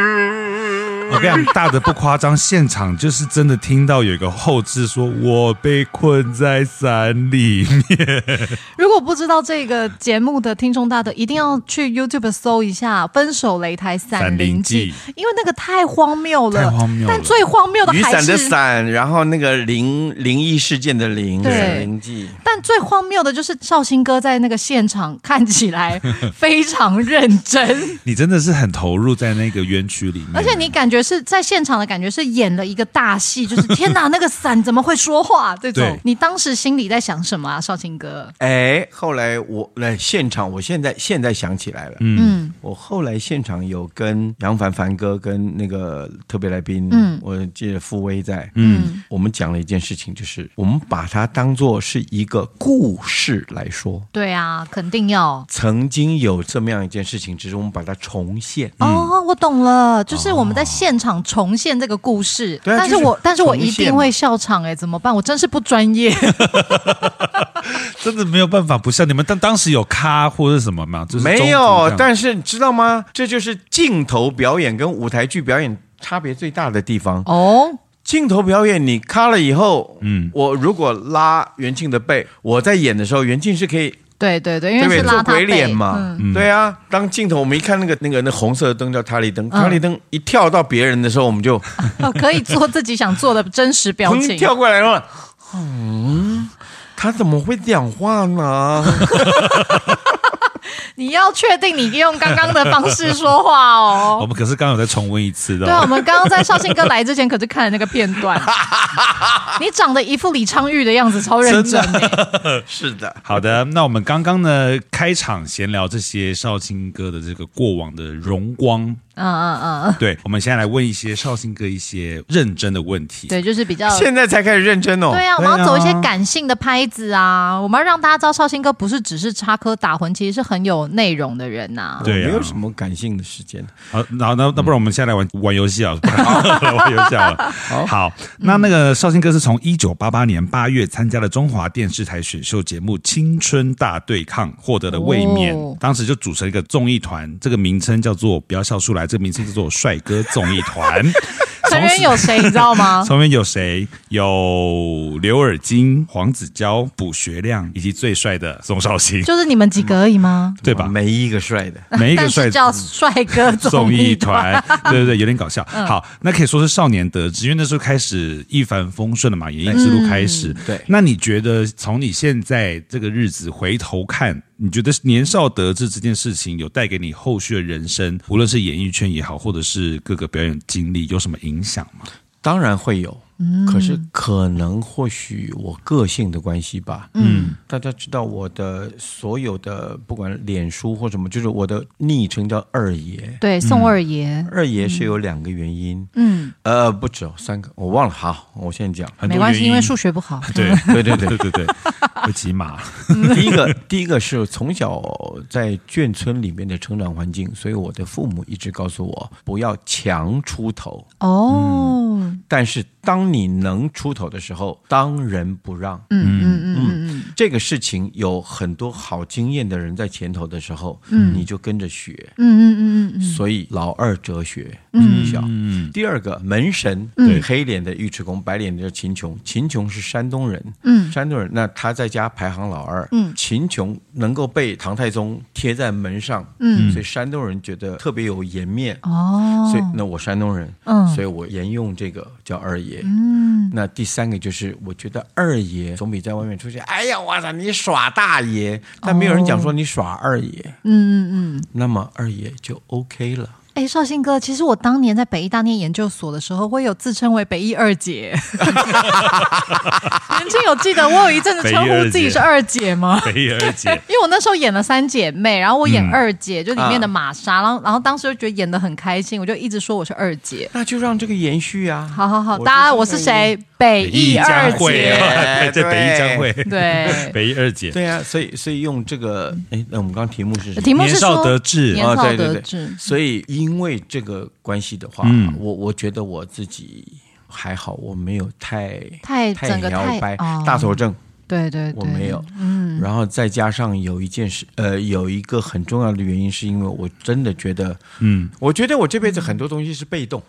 Speaker 4: 我跟你讲，大的不夸张，现场就是真的听到有一个后置说：“我被困在山里面。 [LAUGHS]
Speaker 3: 如果不知道这个节目的听众大的，一定要去 YouTube 搜一下《分手擂台散灵记
Speaker 4: 散》
Speaker 3: 因为那个太荒谬了，
Speaker 4: 太荒谬了
Speaker 3: 但最荒谬的
Speaker 2: 雨
Speaker 3: 还
Speaker 2: 伞
Speaker 3: 是
Speaker 2: 的伞，然后那个灵灵异事件的灵，
Speaker 3: 对
Speaker 2: 沈灵记。
Speaker 3: 但最荒谬的就是绍兴哥在那个现场看起来 [LAUGHS] 非常认真，”
Speaker 4: 你真的是很投入在那个冤区里面，
Speaker 3: 而且你感觉是在现场的感觉是演了一个大戏，就是天哪，那个伞怎么会说话？这种
Speaker 4: 对
Speaker 3: 你当时心里在想什么啊，绍兴哥？
Speaker 2: 哎，后来我来现场，我现在现在想起来了，嗯，我后来现场有跟杨凡凡哥跟那个特别来宾，嗯，我记得傅威在，嗯，我们讲了一件事情，就是我们把它当做是一个故事来说。
Speaker 3: 对啊，肯定要。
Speaker 2: 曾经有这么样一件事情，只是我们把它重现。
Speaker 3: 哦，我懂了，就是我们在现场重现这个故事，
Speaker 2: 对啊
Speaker 3: 但是
Speaker 2: 就是
Speaker 3: 我但是我一
Speaker 2: 重现
Speaker 3: 定
Speaker 2: 嘛
Speaker 3: 会笑场哎、怎么办？我真是不专业。
Speaker 4: 真的没有办法不笑。你们当当时有咖或者什么吗？就是中途
Speaker 2: 没
Speaker 4: 这
Speaker 2: 有
Speaker 4: 样，
Speaker 2: 但是你知道吗？这就是镜头表演跟舞台剧表演差别最大的地方。
Speaker 3: 哦，
Speaker 2: 镜头表演你卡了以后，嗯，我如果拉袁庆的背，我在演的时候，袁庆是可以
Speaker 3: 对对对，因
Speaker 2: 对
Speaker 3: 为
Speaker 2: 不对
Speaker 3: 是
Speaker 2: 做
Speaker 3: 邋遢
Speaker 2: 鬼
Speaker 3: 背
Speaker 2: 脸嘛，
Speaker 3: 嗯
Speaker 2: 对啊。当镜头我们一看那个那个那红色的灯叫塔利
Speaker 3: 嗯
Speaker 2: 灯，塔利灯一跳到别人的时候，我们就
Speaker 3: 哦可以做自己想做的真实
Speaker 2: [LAUGHS]
Speaker 3: 表
Speaker 2: 砰
Speaker 3: 情。
Speaker 2: 跳过来了，嗯，
Speaker 4: 嗯
Speaker 2: 他怎么会讲话
Speaker 4: [LAUGHS]
Speaker 2: 呢？
Speaker 3: 你要确定你用刚刚的方式说话
Speaker 4: 我
Speaker 2: [LAUGHS]
Speaker 3: 哦。
Speaker 4: 们可是刚刚有在重温一次的
Speaker 3: 对啊，我
Speaker 4: 哦。
Speaker 3: 们刚刚在绍兴哥来之前可是看了那个片
Speaker 2: [LAUGHS]
Speaker 3: 段，你长得一副李昌钰的样子，超认真欸、
Speaker 2: 是的，
Speaker 4: 好的，那我们刚刚呢开场闲聊这些绍兴哥的这个过往的荣光，
Speaker 3: 嗯嗯嗯嗯，
Speaker 4: 对，我们现在来问一些绍兴哥一些认真的问题。
Speaker 3: 对，就是比较。
Speaker 2: 现在才开始认真哦。
Speaker 3: 对啊，我们
Speaker 4: 对
Speaker 3: 要
Speaker 4: 啊
Speaker 3: 走一些感性的拍子啊，我们要让大家知道绍兴哥不是只是插科打诨，其实是很有内容的人呐、
Speaker 2: 我
Speaker 4: 对啊
Speaker 2: 没有什么感性的时间。
Speaker 4: 好，然后那那不然我们现在来玩、玩游戏啊，不然来玩游戏好了。好，那那个绍兴哥是从一九八八年八月参加了中华电视台选秀节目《青春大对抗》，获得了卫冕，
Speaker 3: 哦
Speaker 4: 当时就组成一个综艺团，这个名称叫做“不要笑出来”，这个名称叫做“帅哥综艺
Speaker 3: [LAUGHS]
Speaker 4: 团”。[LAUGHS] 从
Speaker 3: 成员
Speaker 4: 此
Speaker 3: 有谁你知道吗？
Speaker 4: [LAUGHS] 从面有谁？有刘尔金、黄子佼、卜学亮，以及最帅的宋少卿，
Speaker 3: 就是你们几个而已吗？
Speaker 4: 对吧？
Speaker 2: 没一个帅的。
Speaker 4: 嗯每一个
Speaker 3: 但
Speaker 4: 帅
Speaker 3: 是叫帅哥
Speaker 4: 综
Speaker 3: 综
Speaker 4: 艺 [LAUGHS]
Speaker 3: 艺团，
Speaker 4: 团，对对对，有点搞笑。好，那可以说是少年得志，因为那时候开始一帆风顺了嘛，演艺之路开始。
Speaker 2: 对
Speaker 4: 那你觉得从你现在这个日子回头看，你觉得年少得志这件事情有带给你后续的人生，无论是演艺圈也好，或者是各个表演经历，有什么影响吗？
Speaker 2: 当然会有，可是可能或许我个性的关系吧，嗯，大家知道我的所有的不管脸书或什么，就是我的昵称叫二爷，
Speaker 4: 嗯
Speaker 3: 对，宋二爷，
Speaker 2: 二爷是有两个原因，
Speaker 3: 嗯，
Speaker 2: 呃，不止哦，三个，我忘了，好，我现在讲，
Speaker 4: 很多
Speaker 3: 没关系，
Speaker 4: 原
Speaker 3: 因为数学
Speaker 4: [LAUGHS]
Speaker 3: 不好。
Speaker 4: 对
Speaker 2: 对对对
Speaker 4: 对对对，会骑马，
Speaker 2: 第一个， [LAUGHS] 第一个是从小在眷村里面的成长环境，所以我的父母一直告诉我不要强出头，
Speaker 3: 哦，嗯
Speaker 2: 但是当你能出头的时候，当仁不让，
Speaker 3: 嗯嗯嗯嗯，
Speaker 2: 这个事情有很多好经验的人在前头的时候，嗯，你就跟着学，嗯嗯嗯嗯，所以老二哲学从小，嗯，第二个门神，对，黑脸的尉迟恭，白脸的秦琼，秦琼是山东人，嗯，山东人，那他在家排行老二，嗯，秦琼能够被唐太宗贴在门上，嗯，所以山东人觉得特别有颜面，
Speaker 3: 哦，
Speaker 2: 所以那我山东人，嗯，所以我沿用这个叫二爷，嗯，那第三个就是我觉得二爷总比在外面出去，哎呀，我操，你耍大
Speaker 3: 哦
Speaker 2: 爷，但没有人讲说你耍二爷，嗯嗯嗯，那么二爷就 OK 了。
Speaker 3: 哎，绍兴哥，其实我当年在北医大念研究所的时候，我有自称为北医二
Speaker 4: [LAUGHS]
Speaker 3: 姐。年轻有记得我有一阵子称呼自己是二姐吗？
Speaker 4: 北二姐，
Speaker 3: 因为我那时候演了三姐妹，然后我演
Speaker 2: 嗯
Speaker 3: 二姐，就里
Speaker 2: 啊
Speaker 3: 面的玛莎，然后然后当时就觉得演的很开心，我就一直说我是二姐。
Speaker 2: 那就让这个延续啊！
Speaker 3: 好好好，
Speaker 2: 就
Speaker 3: 大家
Speaker 2: 是
Speaker 3: 我是谁？北艺二
Speaker 4: 江会
Speaker 3: 姐。
Speaker 4: 啊，对，北一将会，
Speaker 3: 对，
Speaker 4: 北一二姐，
Speaker 2: 对啊，所以所以用这个，
Speaker 3: 嗯
Speaker 2: 哎，那我们刚刚题目是什么？
Speaker 3: 题目是
Speaker 4: 年少
Speaker 3: 说
Speaker 4: 得志
Speaker 3: 年
Speaker 2: 啊，
Speaker 3: 少
Speaker 2: 对对
Speaker 3: 得
Speaker 2: 对
Speaker 3: 志，。
Speaker 2: 所以因为这个关系的话，
Speaker 3: 嗯
Speaker 2: 我我觉得我自己还好，我没有太
Speaker 3: 太整个
Speaker 2: 摇
Speaker 3: 太
Speaker 2: 摆
Speaker 3: 哦，
Speaker 2: 大头症
Speaker 3: 对对对，
Speaker 2: 我没有。嗯，然后再加上有一件事，呃，有一个很重要的原因，是因为我真的觉得，嗯，我觉得我这辈子很多东西是被动，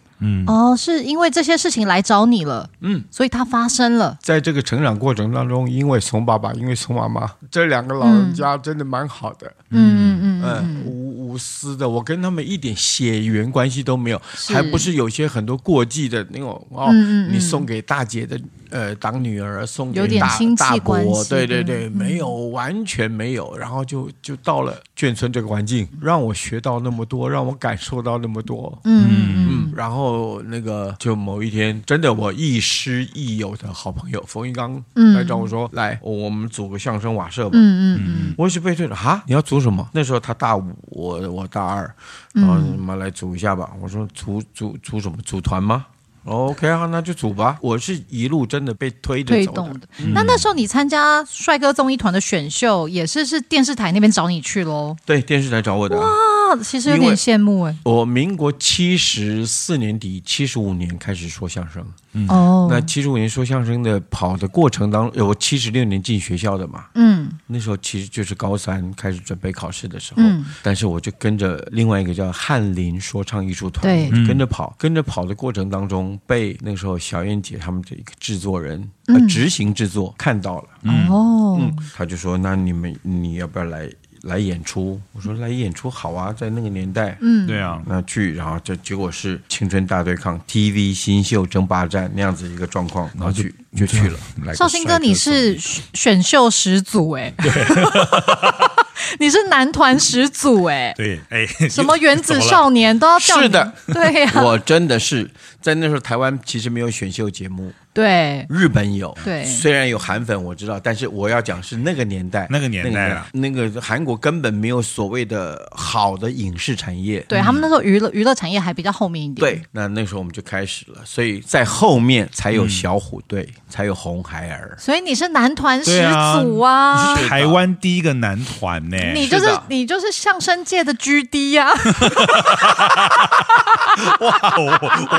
Speaker 3: 哦，是因为这些事情来找你了，嗯，所以它发生了。
Speaker 2: 在这个成长过程当中，因为怂爸爸，因为怂妈妈，这两个老人家真的蛮好的，
Speaker 3: 嗯嗯嗯嗯，
Speaker 2: 嗯，无无私的，我跟他们一点血缘关系都没有，
Speaker 3: 是嗯
Speaker 2: 还不是有些很多过继的那种哦，你送给大姐的呃当女儿，送
Speaker 3: 有
Speaker 2: 给
Speaker 3: 点
Speaker 2: 大
Speaker 3: 亲戚
Speaker 2: 大
Speaker 3: 关
Speaker 2: 伯，
Speaker 3: 系嗯
Speaker 2: 对对对，没有，完全没有，然后就就到了眷村这个环境，让我学到那么多，让我感受到那么多，嗯嗯，然后那个就某一天，真的我亦师亦友的好朋友冯玉刚来找我说，来，我们组个相声瓦舍吧，
Speaker 3: 嗯嗯嗯，
Speaker 2: 我也是被退了啊！你要组什么？那时候他大五，我我大二，然后
Speaker 3: 嗯
Speaker 2: 你们来组一下吧。我说组组组什么？组团吗哦？OK 啊，那就组吧。我是一路真的被推着
Speaker 3: 推
Speaker 2: 走的，
Speaker 3: 动的。那那时候你参加帅哥综艺团的选秀，也是是电视台那边找你去喽？
Speaker 2: 对电视台找我的啊。
Speaker 3: 啊，其实
Speaker 2: 嗯
Speaker 3: 有
Speaker 2: 因为
Speaker 3: 点羡慕哎。
Speaker 2: 我民国七十四年底、七十五年开始说相声，
Speaker 3: 哦，
Speaker 2: 那七十五年说相声的跑的过程当中，我七十六年进学校的嘛，
Speaker 3: 嗯
Speaker 2: 那时候其实就是高三开始准备考试的时候，
Speaker 3: 嗯
Speaker 2: 但是我就跟着另外一个叫翰林说唱艺术团，
Speaker 3: 对
Speaker 2: 我就跟着跑，跟着跑的过程当中，被那时候小燕姐他们的一个制作人，
Speaker 3: 嗯
Speaker 2: 呃，执行制作看到了，
Speaker 3: 哦，
Speaker 2: 嗯，他就说：“那你们你要不要来来演出？”我说：“来演出好啊，在那个年代，
Speaker 3: 嗯
Speaker 4: 对啊，
Speaker 2: 那去，然后这结果是青春大对抗 TV 新秀争霸战那样子一个状况，然后去就
Speaker 4: [LAUGHS]
Speaker 2: 去了。
Speaker 4: 来个
Speaker 3: 绍兴
Speaker 4: 帅
Speaker 3: 哥你是
Speaker 4: 送
Speaker 3: 选选秀始祖哎， [LAUGHS] 你是男团始祖哎。
Speaker 4: 对，哎，
Speaker 3: 什么原子
Speaker 4: 怎么了
Speaker 3: 少年都要叫你
Speaker 2: 是的， [LAUGHS]
Speaker 3: 对啊呀、
Speaker 2: 我真的是在那时候，台湾其实没有选秀节目，
Speaker 3: 对，
Speaker 2: 日本有。
Speaker 3: 对
Speaker 2: 虽然有韩粉我知道，但是我要讲是那个年代，
Speaker 4: 那个年代啊
Speaker 2: 那个年代那个韩国根本没有所谓的好的影视产业。
Speaker 3: 对他
Speaker 4: 嗯
Speaker 3: 们那时候娱乐娱乐产业还比较后面一点，
Speaker 2: 对，那那时候我们就开始了，所以在后面才有小虎队，才有红孩儿。
Speaker 3: 所以你是男团
Speaker 4: 对
Speaker 3: 始祖啊
Speaker 4: 你！是台湾第一个男团呢，
Speaker 3: 你就是
Speaker 2: 是的
Speaker 3: 你就是相声界的 GD
Speaker 4: [LAUGHS]
Speaker 3: 呀、
Speaker 4: 哦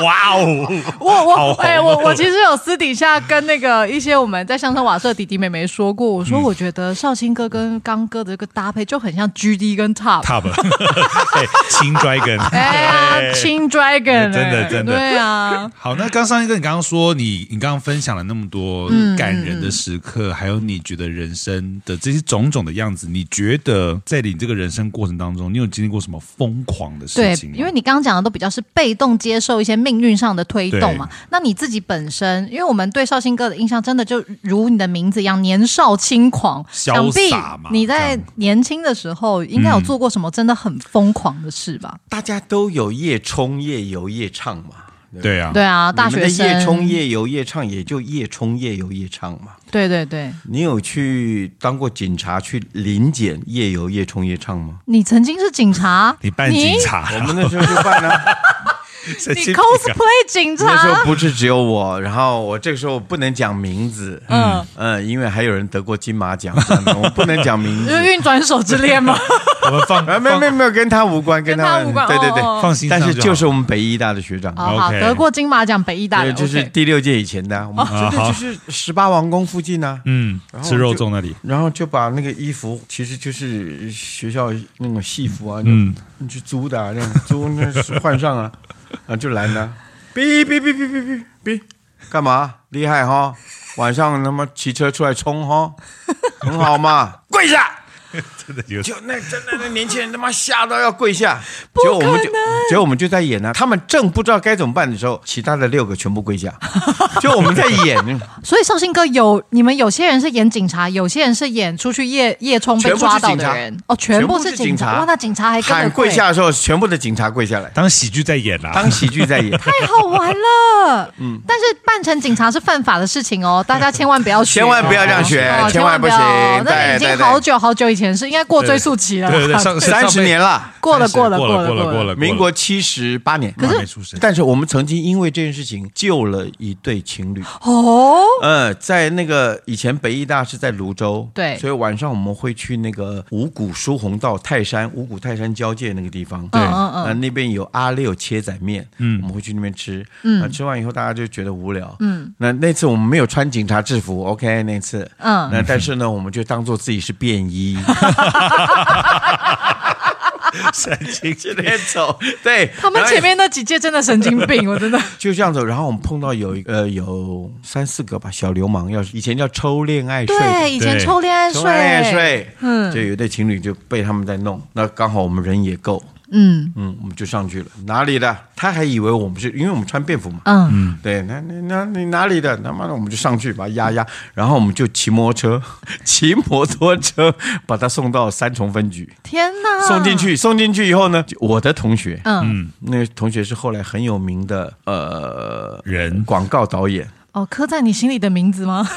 Speaker 4: 哇哦，
Speaker 3: 我
Speaker 4: 好
Speaker 3: 我
Speaker 4: 红
Speaker 3: 哎、我我其实有私底下跟那个一些我们在相声瓦舍的弟弟妹妹说过，我
Speaker 4: 嗯
Speaker 3: 说我觉得绍兴哥跟刚哥的这个搭配就很像 GD 跟
Speaker 4: [LAUGHS]
Speaker 3: Top，
Speaker 4: Top，哎，青 Dragon，
Speaker 3: 哎呀，King Dragon，、哎
Speaker 4: 真的真的
Speaker 3: 对啊，
Speaker 4: 好，那刚上一个，你刚刚说你，你刚刚分享了那么多
Speaker 3: 嗯
Speaker 4: 感人的时刻，还有你觉得人生的这些种种的样子，你觉得在你这个人生过程当中，你有经历过什么疯狂的
Speaker 3: 对
Speaker 4: 事情，吗？
Speaker 3: 因为你刚刚讲的都比较是被动接受一些命运上的推动嘛。那你自己本身，因为我们对绍兴哥的印象真的就如你的名字一样，年少轻狂，
Speaker 4: 潇
Speaker 3: 想必
Speaker 4: 洒嘛
Speaker 3: 你
Speaker 4: 这
Speaker 3: 在
Speaker 4: 样
Speaker 3: 年轻的时候应该有做过什么真的很疯狂的事吧？
Speaker 2: 大家都有夜冲、夜游、夜唱嘛。对吧
Speaker 4: 对啊，
Speaker 3: 对啊，大
Speaker 2: 你
Speaker 3: 学
Speaker 2: 们的
Speaker 3: 生
Speaker 2: 夜冲、夜游、夜唱，也就夜冲、夜游、夜唱嘛。
Speaker 3: 对对对，
Speaker 2: 你有去当过警察去临检夜
Speaker 4: [LAUGHS]
Speaker 2: 游夜冲夜唱吗？
Speaker 3: 你曾经是警察，
Speaker 4: 你扮警察
Speaker 2: 我
Speaker 4: 啦， [LAUGHS]
Speaker 2: 们那时候就办了、
Speaker 4: 神
Speaker 3: 你
Speaker 4: 经病啊！
Speaker 3: cosplay 警
Speaker 2: 那时候
Speaker 3: 察，
Speaker 2: 不是只有我，然后我这个时候不能讲名字，嗯嗯，因为还有人得过金马奖，这样
Speaker 3: [LAUGHS]
Speaker 2: 的我不能讲名
Speaker 3: 就
Speaker 2: 字
Speaker 3: 是。运转手之恋吗？
Speaker 4: 我们放
Speaker 2: 啊，没有没有没有，跟他无关，
Speaker 3: 跟
Speaker 2: 他
Speaker 3: 他无关
Speaker 2: 对对
Speaker 3: 哦哦
Speaker 2: 对，
Speaker 3: 哦
Speaker 4: 放心上
Speaker 2: 但
Speaker 4: 好，
Speaker 2: 是就是我们北医大的学长，
Speaker 3: [LAUGHS] 好好，
Speaker 4: OK
Speaker 3: 得过金马奖北艺大的
Speaker 2: 对，就是
Speaker 3: ，OK
Speaker 2: 第六届以前的啊，我们真的就是十八王宫附近啊，
Speaker 4: 哦嗯，
Speaker 2: 后
Speaker 4: 吃肉
Speaker 2: 就
Speaker 4: 粽那
Speaker 2: [LAUGHS]
Speaker 4: 里，
Speaker 2: 然后就把那个衣服，其实就是学校那种戏服啊，
Speaker 4: 嗯
Speaker 2: 嗯，你去租的、啊，这样租那是换上啊， [LAUGHS] 啊就来呢，哔哔哔哔哔哔哔，干嘛？厉害哈！晚上他妈骑车出来冲哈，很好嘛，跪下！
Speaker 4: 真的有
Speaker 2: 就那真的那年轻人他妈吓到要跪下，结果我们就结果我们就在演呢、他们正不知道该怎么办的时候，其他的六个全部跪 [LAUGHS] 下，就我们在演。
Speaker 3: 所以绍兴哥有你们有些人是演警察，有些人是演出去夜夜冲被
Speaker 2: 全部是
Speaker 3: 抓到
Speaker 2: 警
Speaker 3: 的
Speaker 2: 察
Speaker 3: 人，哦，全部是警
Speaker 2: 警
Speaker 3: 察，哇，那警察还跟着
Speaker 2: 喊跪下，的时候，全部的警察跪下来，
Speaker 4: 当喜剧在演啊啦、
Speaker 2: 当喜剧在演。
Speaker 3: 太好玩了。嗯，但是扮成警察是犯法的事情哦，大家千万不要学哦，
Speaker 2: 千万不要这样学
Speaker 3: 哦
Speaker 2: 千万不
Speaker 3: 要哦
Speaker 2: 行
Speaker 3: 那
Speaker 2: 对
Speaker 3: 已
Speaker 2: 对对
Speaker 3: 经好久好久以前是应该过追溯期了，
Speaker 4: 对对对， [LAUGHS] 上
Speaker 2: 三十年，了，
Speaker 3: 过了过了
Speaker 4: 过
Speaker 3: 了
Speaker 4: 了
Speaker 3: 过
Speaker 4: 了过了，
Speaker 2: 民国七十八年。
Speaker 4: 可没出生，
Speaker 2: 但是我们曾经因为这件事情救了一对情侣。
Speaker 3: 哦，
Speaker 2: 呃，在那个以前北医大是在泸州，
Speaker 3: 对
Speaker 2: 所以晚上我们会去那个五股疏洪道泰山、五股泰山交界那个地方，
Speaker 3: 嗯嗯嗯
Speaker 2: 呃那边有阿六切仔面，嗯，我们会去那边吃，嗯、吃完以后大家就觉得无聊，嗯，那那次我们没有穿警察制服，OK，那次，
Speaker 3: 嗯
Speaker 2: 那但是呢，我们就当做自己是便
Speaker 4: [LAUGHS]
Speaker 2: 衣，
Speaker 4: 神经病
Speaker 2: 直接走，对，
Speaker 3: 他们
Speaker 2: 然后
Speaker 3: 前面那几届真的神经病，我真的。
Speaker 2: 就这样走，然后我们碰到有一个呃有三四个吧小流氓，要以前叫抽恋爱税的，
Speaker 3: 对，以前
Speaker 4: 对
Speaker 3: 抽恋爱税，
Speaker 2: 从来也睡，
Speaker 3: 嗯
Speaker 2: 嗯，就有一对情侣就被他们在弄，那刚好我们人也够，
Speaker 3: 嗯
Speaker 2: 嗯，我们就上去了，哪里的？他还以为我们是因为我们穿便服嘛，
Speaker 3: 嗯，
Speaker 2: 对，那那那你哪里的？他妈的，我们就上去把他压压，然后我们就骑摩托车，骑摩托车把他送到三重分局，
Speaker 3: 天哪，
Speaker 2: 送进，去，送进去以后呢，就我的同学，
Speaker 3: 嗯，
Speaker 2: 那个同学是后来很有名的呃
Speaker 4: 人
Speaker 2: 广告导演
Speaker 3: 哦，刻在你心里的名字吗？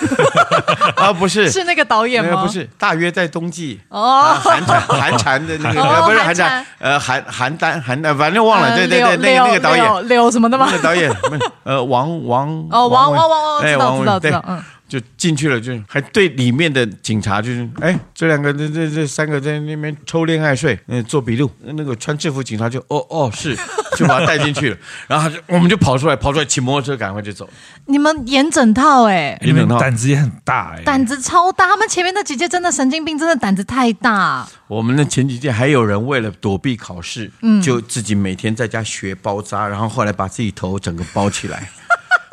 Speaker 2: 啊，不是
Speaker 3: [LAUGHS] 是那个导演
Speaker 2: 那个
Speaker 3: 吗？
Speaker 2: 不，是，大约在冬季啊
Speaker 3: 哦，
Speaker 2: 寒蝉寒蝉的那个
Speaker 3: 哦
Speaker 2: 呃不是
Speaker 3: 寒
Speaker 2: 寒
Speaker 3: 蝉
Speaker 2: 蝉，呃韩韩丹韩呃反正忘了，对对对，那
Speaker 3: 柳
Speaker 2: 个那个导
Speaker 3: 柳
Speaker 2: 演，
Speaker 3: 柳什么的吗
Speaker 2: 那？个导演，不是呃王王
Speaker 3: 哦，王
Speaker 2: 文
Speaker 3: 王王王，
Speaker 2: 哎
Speaker 3: 知道
Speaker 2: 王
Speaker 3: 知道
Speaker 2: 文
Speaker 3: 知
Speaker 2: 对
Speaker 3: 道，，嗯，
Speaker 2: 就进去了，就还对里面的警察就是，哎，这两个这这这三个在那边抽恋爱税，嗯，做笔录，那个穿制服警察就哦哦是，就把他带进去了， [LAUGHS] 然后他就我们就跑出来，跑出来骑摩托车赶快就走，
Speaker 3: [LAUGHS] 你们演整套哎。
Speaker 4: 你们胆子也很大哎、
Speaker 3: 胆子超大，他们前面那几届真的神经病，真的胆子太大。
Speaker 2: 我们的前几届还有人为了躲避考试，就自己每天在家学包扎，然后后来把自己头整个包起 [LAUGHS] 来，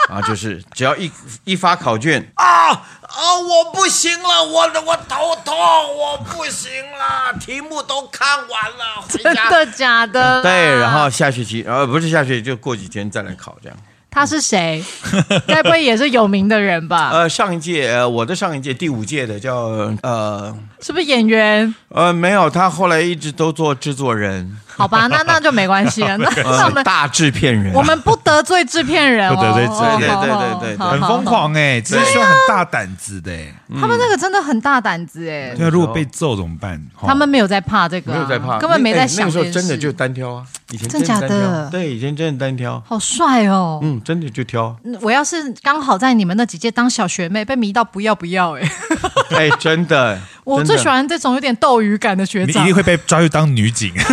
Speaker 2: 然后就是只要一一发考卷啊啊，我不行了，我的我头痛，我不行了，题目都看完 [LAUGHS] 了，回
Speaker 3: 真
Speaker 2: 家。
Speaker 3: 的假的啦？
Speaker 2: 对，然后下学期，呃，不是下学期，就过几天再来考这样。
Speaker 3: 他是谁？该不会也是有名的
Speaker 2: [LAUGHS]
Speaker 3: 人吧？
Speaker 2: 呃，上一届，呃，我的上一届第五届的叫呃
Speaker 3: 是不是演员？
Speaker 2: 呃没有，他后来一直都做制作人，
Speaker 3: 好吧，那那就没关系
Speaker 2: [LAUGHS]
Speaker 3: 了。那那我
Speaker 2: 呃，
Speaker 3: 们
Speaker 2: 大制片人。
Speaker 3: 我们不得罪制片人哦，
Speaker 4: 不得罪制片
Speaker 2: 人
Speaker 3: 哦
Speaker 2: 对
Speaker 3: 哦
Speaker 2: 对对对对
Speaker 3: 好好
Speaker 4: 很
Speaker 3: 好
Speaker 4: 疯狂哎、这是需要很大胆子的哎、
Speaker 3: 他
Speaker 2: 嗯
Speaker 3: 们那个真的很大胆子哎，
Speaker 4: 对啊，如果被揍怎么办？哦齁
Speaker 3: 他们没有在怕这个啊，
Speaker 2: 没有在怕，哎
Speaker 3: 根本没在想
Speaker 2: 那个
Speaker 3: 这
Speaker 2: 时候
Speaker 3: 件
Speaker 2: 真
Speaker 3: 事。
Speaker 2: 的就单挑啊，以前
Speaker 3: 真
Speaker 2: 的单
Speaker 3: 假的
Speaker 2: 挑对，以前真的单挑，
Speaker 3: 好帅哦。，
Speaker 2: 嗯，真的就挑 [LAUGHS]
Speaker 3: 嗯我要是刚好在你们那几届当小学妹，被迷到不要不要哎、
Speaker 2: 哎，真的，
Speaker 3: [LAUGHS] 我
Speaker 2: 真
Speaker 3: 最
Speaker 2: 的
Speaker 3: 喜欢这种有点斗鱼感的学
Speaker 4: 你一
Speaker 3: 长
Speaker 4: 定。会被抓去当女
Speaker 2: [LAUGHS]
Speaker 4: 警。 [LAUGHS]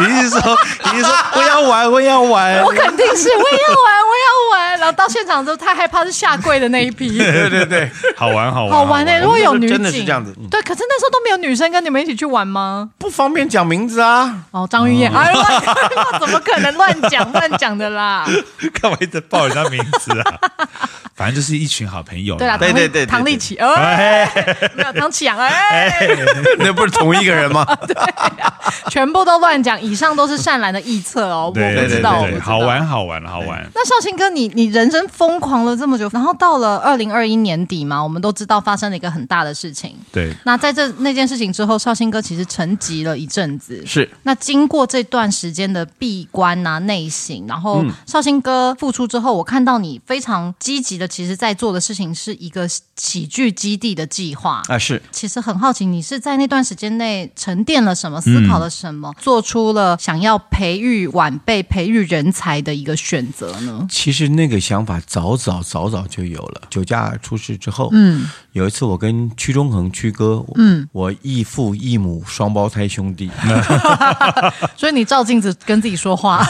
Speaker 4: 你是说，你是说
Speaker 2: 我要玩，我要玩
Speaker 3: [LAUGHS] 我，肯定是，我也要玩，我也要玩。然后到现场之后，太害怕是下跪的那
Speaker 2: [LAUGHS]
Speaker 3: 一批，
Speaker 2: 对对对，
Speaker 4: [LAUGHS] 好玩好玩
Speaker 3: 好玩哎、如果有女警，
Speaker 2: 真的是这样子嗯
Speaker 3: 对，可是那时候都没有女生跟你们一起去玩吗？
Speaker 2: 不方便讲名字啊，
Speaker 3: 哦，张玉燕，哎呦，那怎么可能乱讲乱讲的啦？
Speaker 2: [LAUGHS]
Speaker 4: [LAUGHS] 干嘛一直报人家名字 [LAUGHS] 啊？反正就是一群好朋友。
Speaker 3: 对啦，
Speaker 2: 对
Speaker 3: 唐立
Speaker 2: 对对对
Speaker 3: 唐立奇，哎， [LAUGHS] 没有唐启阳，哎，
Speaker 2: [LAUGHS]
Speaker 3: 啊
Speaker 2: 那不是同一个人吗？
Speaker 3: 全部都乱讲，以上都是善兰的臆测哦，我
Speaker 4: 对
Speaker 3: 不
Speaker 4: 对
Speaker 3: 知
Speaker 4: 对
Speaker 3: 道，我
Speaker 4: 对
Speaker 3: 不
Speaker 4: 对，
Speaker 3: 知道
Speaker 4: 好。玩好玩好玩。
Speaker 3: 那绍兴哥，你你人生疯狂了这么久，然后到了二零二一年底嘛，我我们都知道发生了一个很大的事情。
Speaker 4: 对，
Speaker 3: 那在这那件事情之后，绍兴哥其实沉寂了一阵
Speaker 2: [LAUGHS]
Speaker 3: 子。
Speaker 2: 是
Speaker 3: 那经过这段时间的闭关啊、内省，然后绍兴哥复出之后，我看到你非常积极的，其实在做的事情是一个喜剧基地的计划。
Speaker 2: 啊，是
Speaker 3: 其实很好奇，你是在那段时间内沉淀了什么，思
Speaker 2: 嗯
Speaker 3: 考了什么，做出了想要培育晚辈、培育人才的一个选择呢？
Speaker 2: 其实那个想法早早早早就有了。酒驾出事之后，嗯，有一次我跟屈中恒屈哥，嗯，我异父异母双胞胎兄 [LAUGHS] 弟，
Speaker 3: 所以你照镜子跟自己说 [LAUGHS] 话，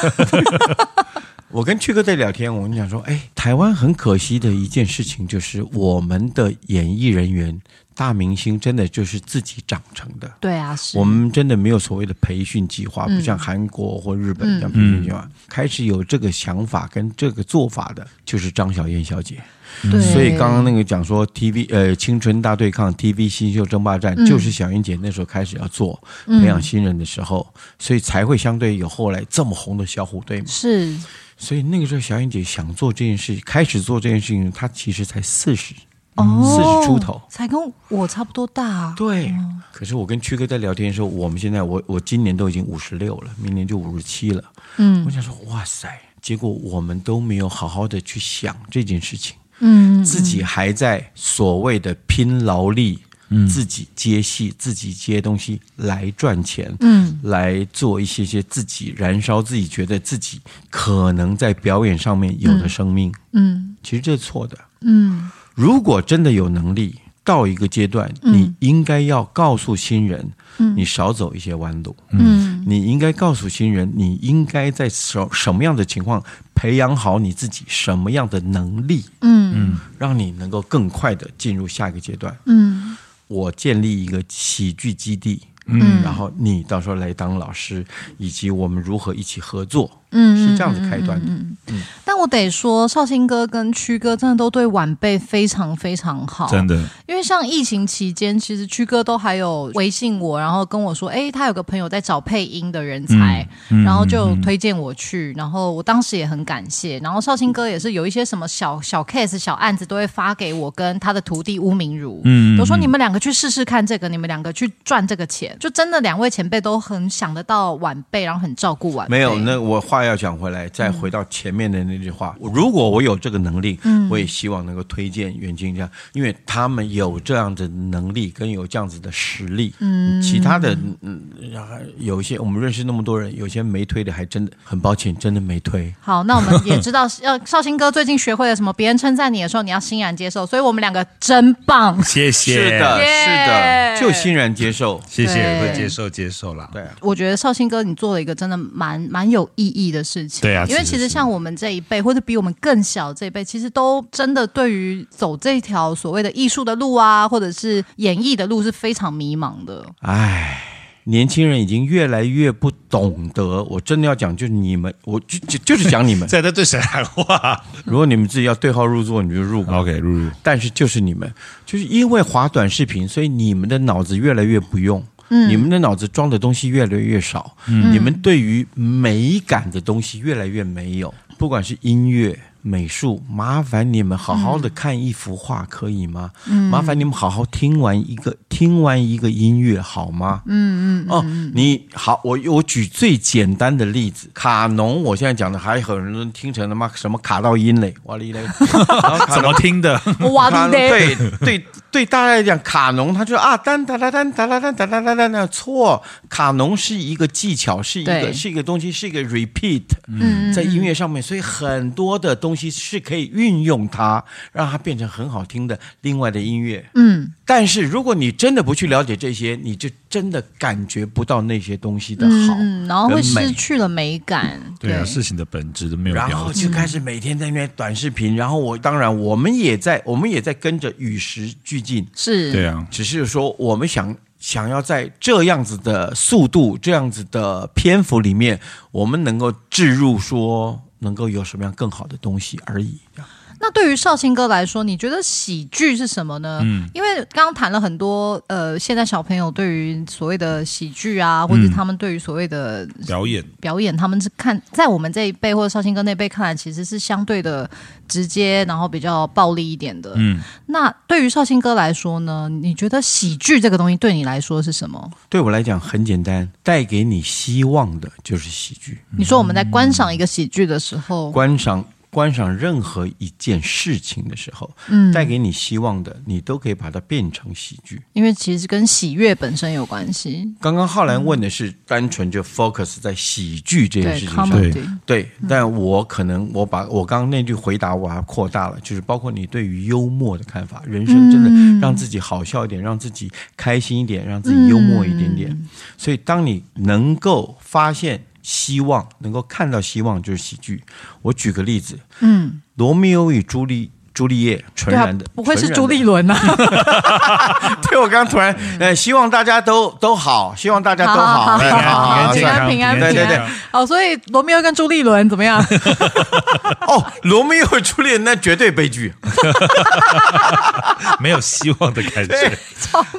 Speaker 2: 我跟屈哥在聊天，我们讲说，哎，台湾很可惜的一件事情就是我们的演艺人员、大明星真的就是自己长成的。
Speaker 3: 对啊，是嗯
Speaker 2: 我们真的没有所谓的培训计划，不像韩国或日本这样培训计划。开始有这个想法跟这个做法的，就是张小燕小姐。
Speaker 3: 对，
Speaker 2: 嗯所以刚刚那个讲说 TV 呃青春大对抗 TV 新秀争霸战，
Speaker 3: 嗯
Speaker 2: 就是小燕姐那时候开始要做培养新人的时候，
Speaker 3: 嗯
Speaker 2: 所以才会相对有后来这么红的小虎队嘛。
Speaker 3: 是
Speaker 2: 所以那个时候，小燕姐想做这件事，开始做这件事情，她其实才四十。
Speaker 3: 哦，
Speaker 2: 40出头
Speaker 3: 才跟我差不多大、啊，
Speaker 2: 对，可是我跟曲哥在聊天的时候，我们现在我我今年都已经五十六了，明年就五十七了。嗯，我想说，哇塞，结果我们都没有好好的去想这件事情。嗯，自己还在所谓的拼劳力，嗯，自己接戏，自己接东西来赚钱，嗯，来做一些些自己燃烧自己觉得自己可能在表演上面有的生命。嗯，其实这是错的。如果真的有能力，到一个阶段，你应该要告诉新人，你少走一些弯路。嗯，你应该告诉新人，你应该在什什么样的情况培养好你自己什么样的能力。嗯嗯，让你能够更快的进入下一个阶段。
Speaker 3: 嗯，
Speaker 2: 我建立一个喜剧基地。嗯，然后你到时候来当老师，以及我们如何一起合作，嗯，是这样子开端的。
Speaker 3: 但我得说，绍兴哥跟曲哥真的都对晚辈非常非常好，
Speaker 4: 真的，
Speaker 3: 因为像疫情期间，其实曲哥都还有微信我，然后跟我说，哎，他有个朋友在找配音的人才，
Speaker 2: 嗯
Speaker 3: 然后就推荐我去，然后我当时也很感谢。然后绍兴哥也是有一些什么小小 case、小案子都会发给我跟他的徒弟吴明如，嗯，都说你们两个去试试看这个，你们两个去赚这个钱，就真的两位前辈都很想得到晚辈，然后很照顾晚辈。
Speaker 2: 没有，那我话要讲回来，再回到前面的那句话，嗯如果我有这个能力，我也希望能够推荐袁静这样，因为他们有这样的能力跟有这样子的实力，嗯，其他的嗯，然后有一些我们认识那么多人，有些没推的还真的很抱歉，真的没推。
Speaker 3: 好，那我们也知道，呃， [LAUGHS] 绍兴哥最近学会了什么？别人称赞你的时候，你要欣然接受。所以我们两个真棒。
Speaker 4: 谢谢，
Speaker 2: 是的，
Speaker 3: 耶
Speaker 2: 是的，就欣然接受。
Speaker 4: 谢谢，
Speaker 3: 对
Speaker 4: 会接受接受啦。
Speaker 2: 对啊，
Speaker 3: 我觉得绍兴哥，你做了一个真的蛮蛮有意义的事情。
Speaker 4: 对啊
Speaker 3: 因为
Speaker 4: 是是。
Speaker 3: 其实像我们这一辈，或者比我们更小这一辈，其实都真的对于走这条所谓的艺术的路啊，或者是演艺的路是非常迷茫的。
Speaker 2: 唉，年轻人已经越来越不懂得。我真的要讲，就是你们，我就就就是讲你们 [LAUGHS]
Speaker 4: 在这对谁喊话
Speaker 2: 如果你们自己要对号入座，你就入吧。
Speaker 4: ？OK，露露，
Speaker 2: 但是就是你们，就是因为划短视频，所以你们的脑子越来越不用，你们的脑子装的东西越来越少，你们对于美感的东西越来越没有，不管是音乐。美术，麻烦你们好好的看一幅画，可以吗？麻烦你们好好听完一个听完一个音乐，好吗？嗯嗯哦，你好，我我举最简单的例子，卡农，我现在讲的还有人听成他妈什么卡到音嘞，哇哩嘞，然后
Speaker 4: [LAUGHS]
Speaker 2: 卡
Speaker 4: 怎么听的？
Speaker 3: 哇
Speaker 2: 他
Speaker 3: 嘞，
Speaker 2: 对对对，大家来讲，卡农他就啊，单哒哒单哒哒哒哒哒哒哒哒，错，卡农是一个技巧，是一
Speaker 3: 对
Speaker 2: 个是一个东西，是一个 repeat，在音乐上面，所以很多的东西是可以运用它，让它变成很好听的另外的音乐。
Speaker 3: 嗯，
Speaker 2: 但是如果你真的不去了解这些，你就真的感觉不到那些东西的好，
Speaker 3: 嗯，然后会
Speaker 2: 跟美
Speaker 3: 失去了美感。
Speaker 4: 对啊，事情的本质都没有
Speaker 2: 然
Speaker 4: 了
Speaker 2: 后
Speaker 4: 解。
Speaker 2: 就开始每天在那边短视频，然后我当然我们也在，我们也在跟着与时俱进，
Speaker 3: 是，
Speaker 4: 对啊，
Speaker 2: 只是说我们想想要在这样子的速度、这样子的篇幅里面，我们能够置入说能够有什么样更好的东西而已。这样
Speaker 3: 那对于绍兴哥来说，你觉得喜剧是什么呢？
Speaker 4: 嗯
Speaker 3: 因为刚刚谈了很多，呃，现在小朋友对于所谓的喜剧啊，或者
Speaker 4: 嗯
Speaker 3: 他们对于所谓的
Speaker 4: 表演
Speaker 3: 表演，他们是看在我们这一辈或者绍兴哥那辈看来，其实是相对的直接，然后比较暴力一点的。
Speaker 4: 嗯，
Speaker 3: 那对于绍兴哥来说呢，你觉得喜剧这个东西对你来说是什么？
Speaker 2: 对我来讲很简单，带给你希望的就是喜剧。
Speaker 3: 你说我们在观赏一个喜剧的时候，
Speaker 2: 嗯观赏观赏任何一件事情的时候，
Speaker 3: 嗯
Speaker 2: 带给你希望的，你都可以把它变成喜剧。
Speaker 3: 因为其实跟喜悦本身有关系，
Speaker 2: 刚刚浩然问的是单纯就 focus 在喜剧这件
Speaker 3: 嗯对
Speaker 2: 事情上，
Speaker 3: comedy，
Speaker 2: 对，但我可能我把我刚刚那句回答我还扩大了，就是包括你对于幽默的看法，人生真
Speaker 3: 嗯
Speaker 2: 的让自己好笑一点，让自己开心一点，让自己幽默一点
Speaker 3: 嗯
Speaker 2: 点。所以，当你能够发现希望，能够看到希望，就是喜剧。我举个例子，
Speaker 3: 嗯，
Speaker 2: 《罗密欧与朱丽朱丽叶》纯
Speaker 3: 对啊
Speaker 2: 然的，，
Speaker 3: 不会是
Speaker 2: 纯然
Speaker 3: 朱
Speaker 2: 的
Speaker 3: 立伦啊？
Speaker 2: [LAUGHS] 对，我刚突然，呃，希望大家都都好，希望大家都
Speaker 3: 好好好
Speaker 2: 哎
Speaker 4: 平安
Speaker 2: 好
Speaker 4: 平
Speaker 2: 好
Speaker 4: 安
Speaker 2: 好
Speaker 4: 健
Speaker 2: 好
Speaker 4: 康，
Speaker 3: [LAUGHS] 平安
Speaker 2: 平安对对对啊
Speaker 4: 健康
Speaker 3: 哦，所以罗密欧跟朱立伦怎么样？
Speaker 2: 哦，罗密欧与朱丽叶那绝对悲剧，
Speaker 4: 没有希望的 [LAUGHS] 感觉。
Speaker 2: [LAUGHS]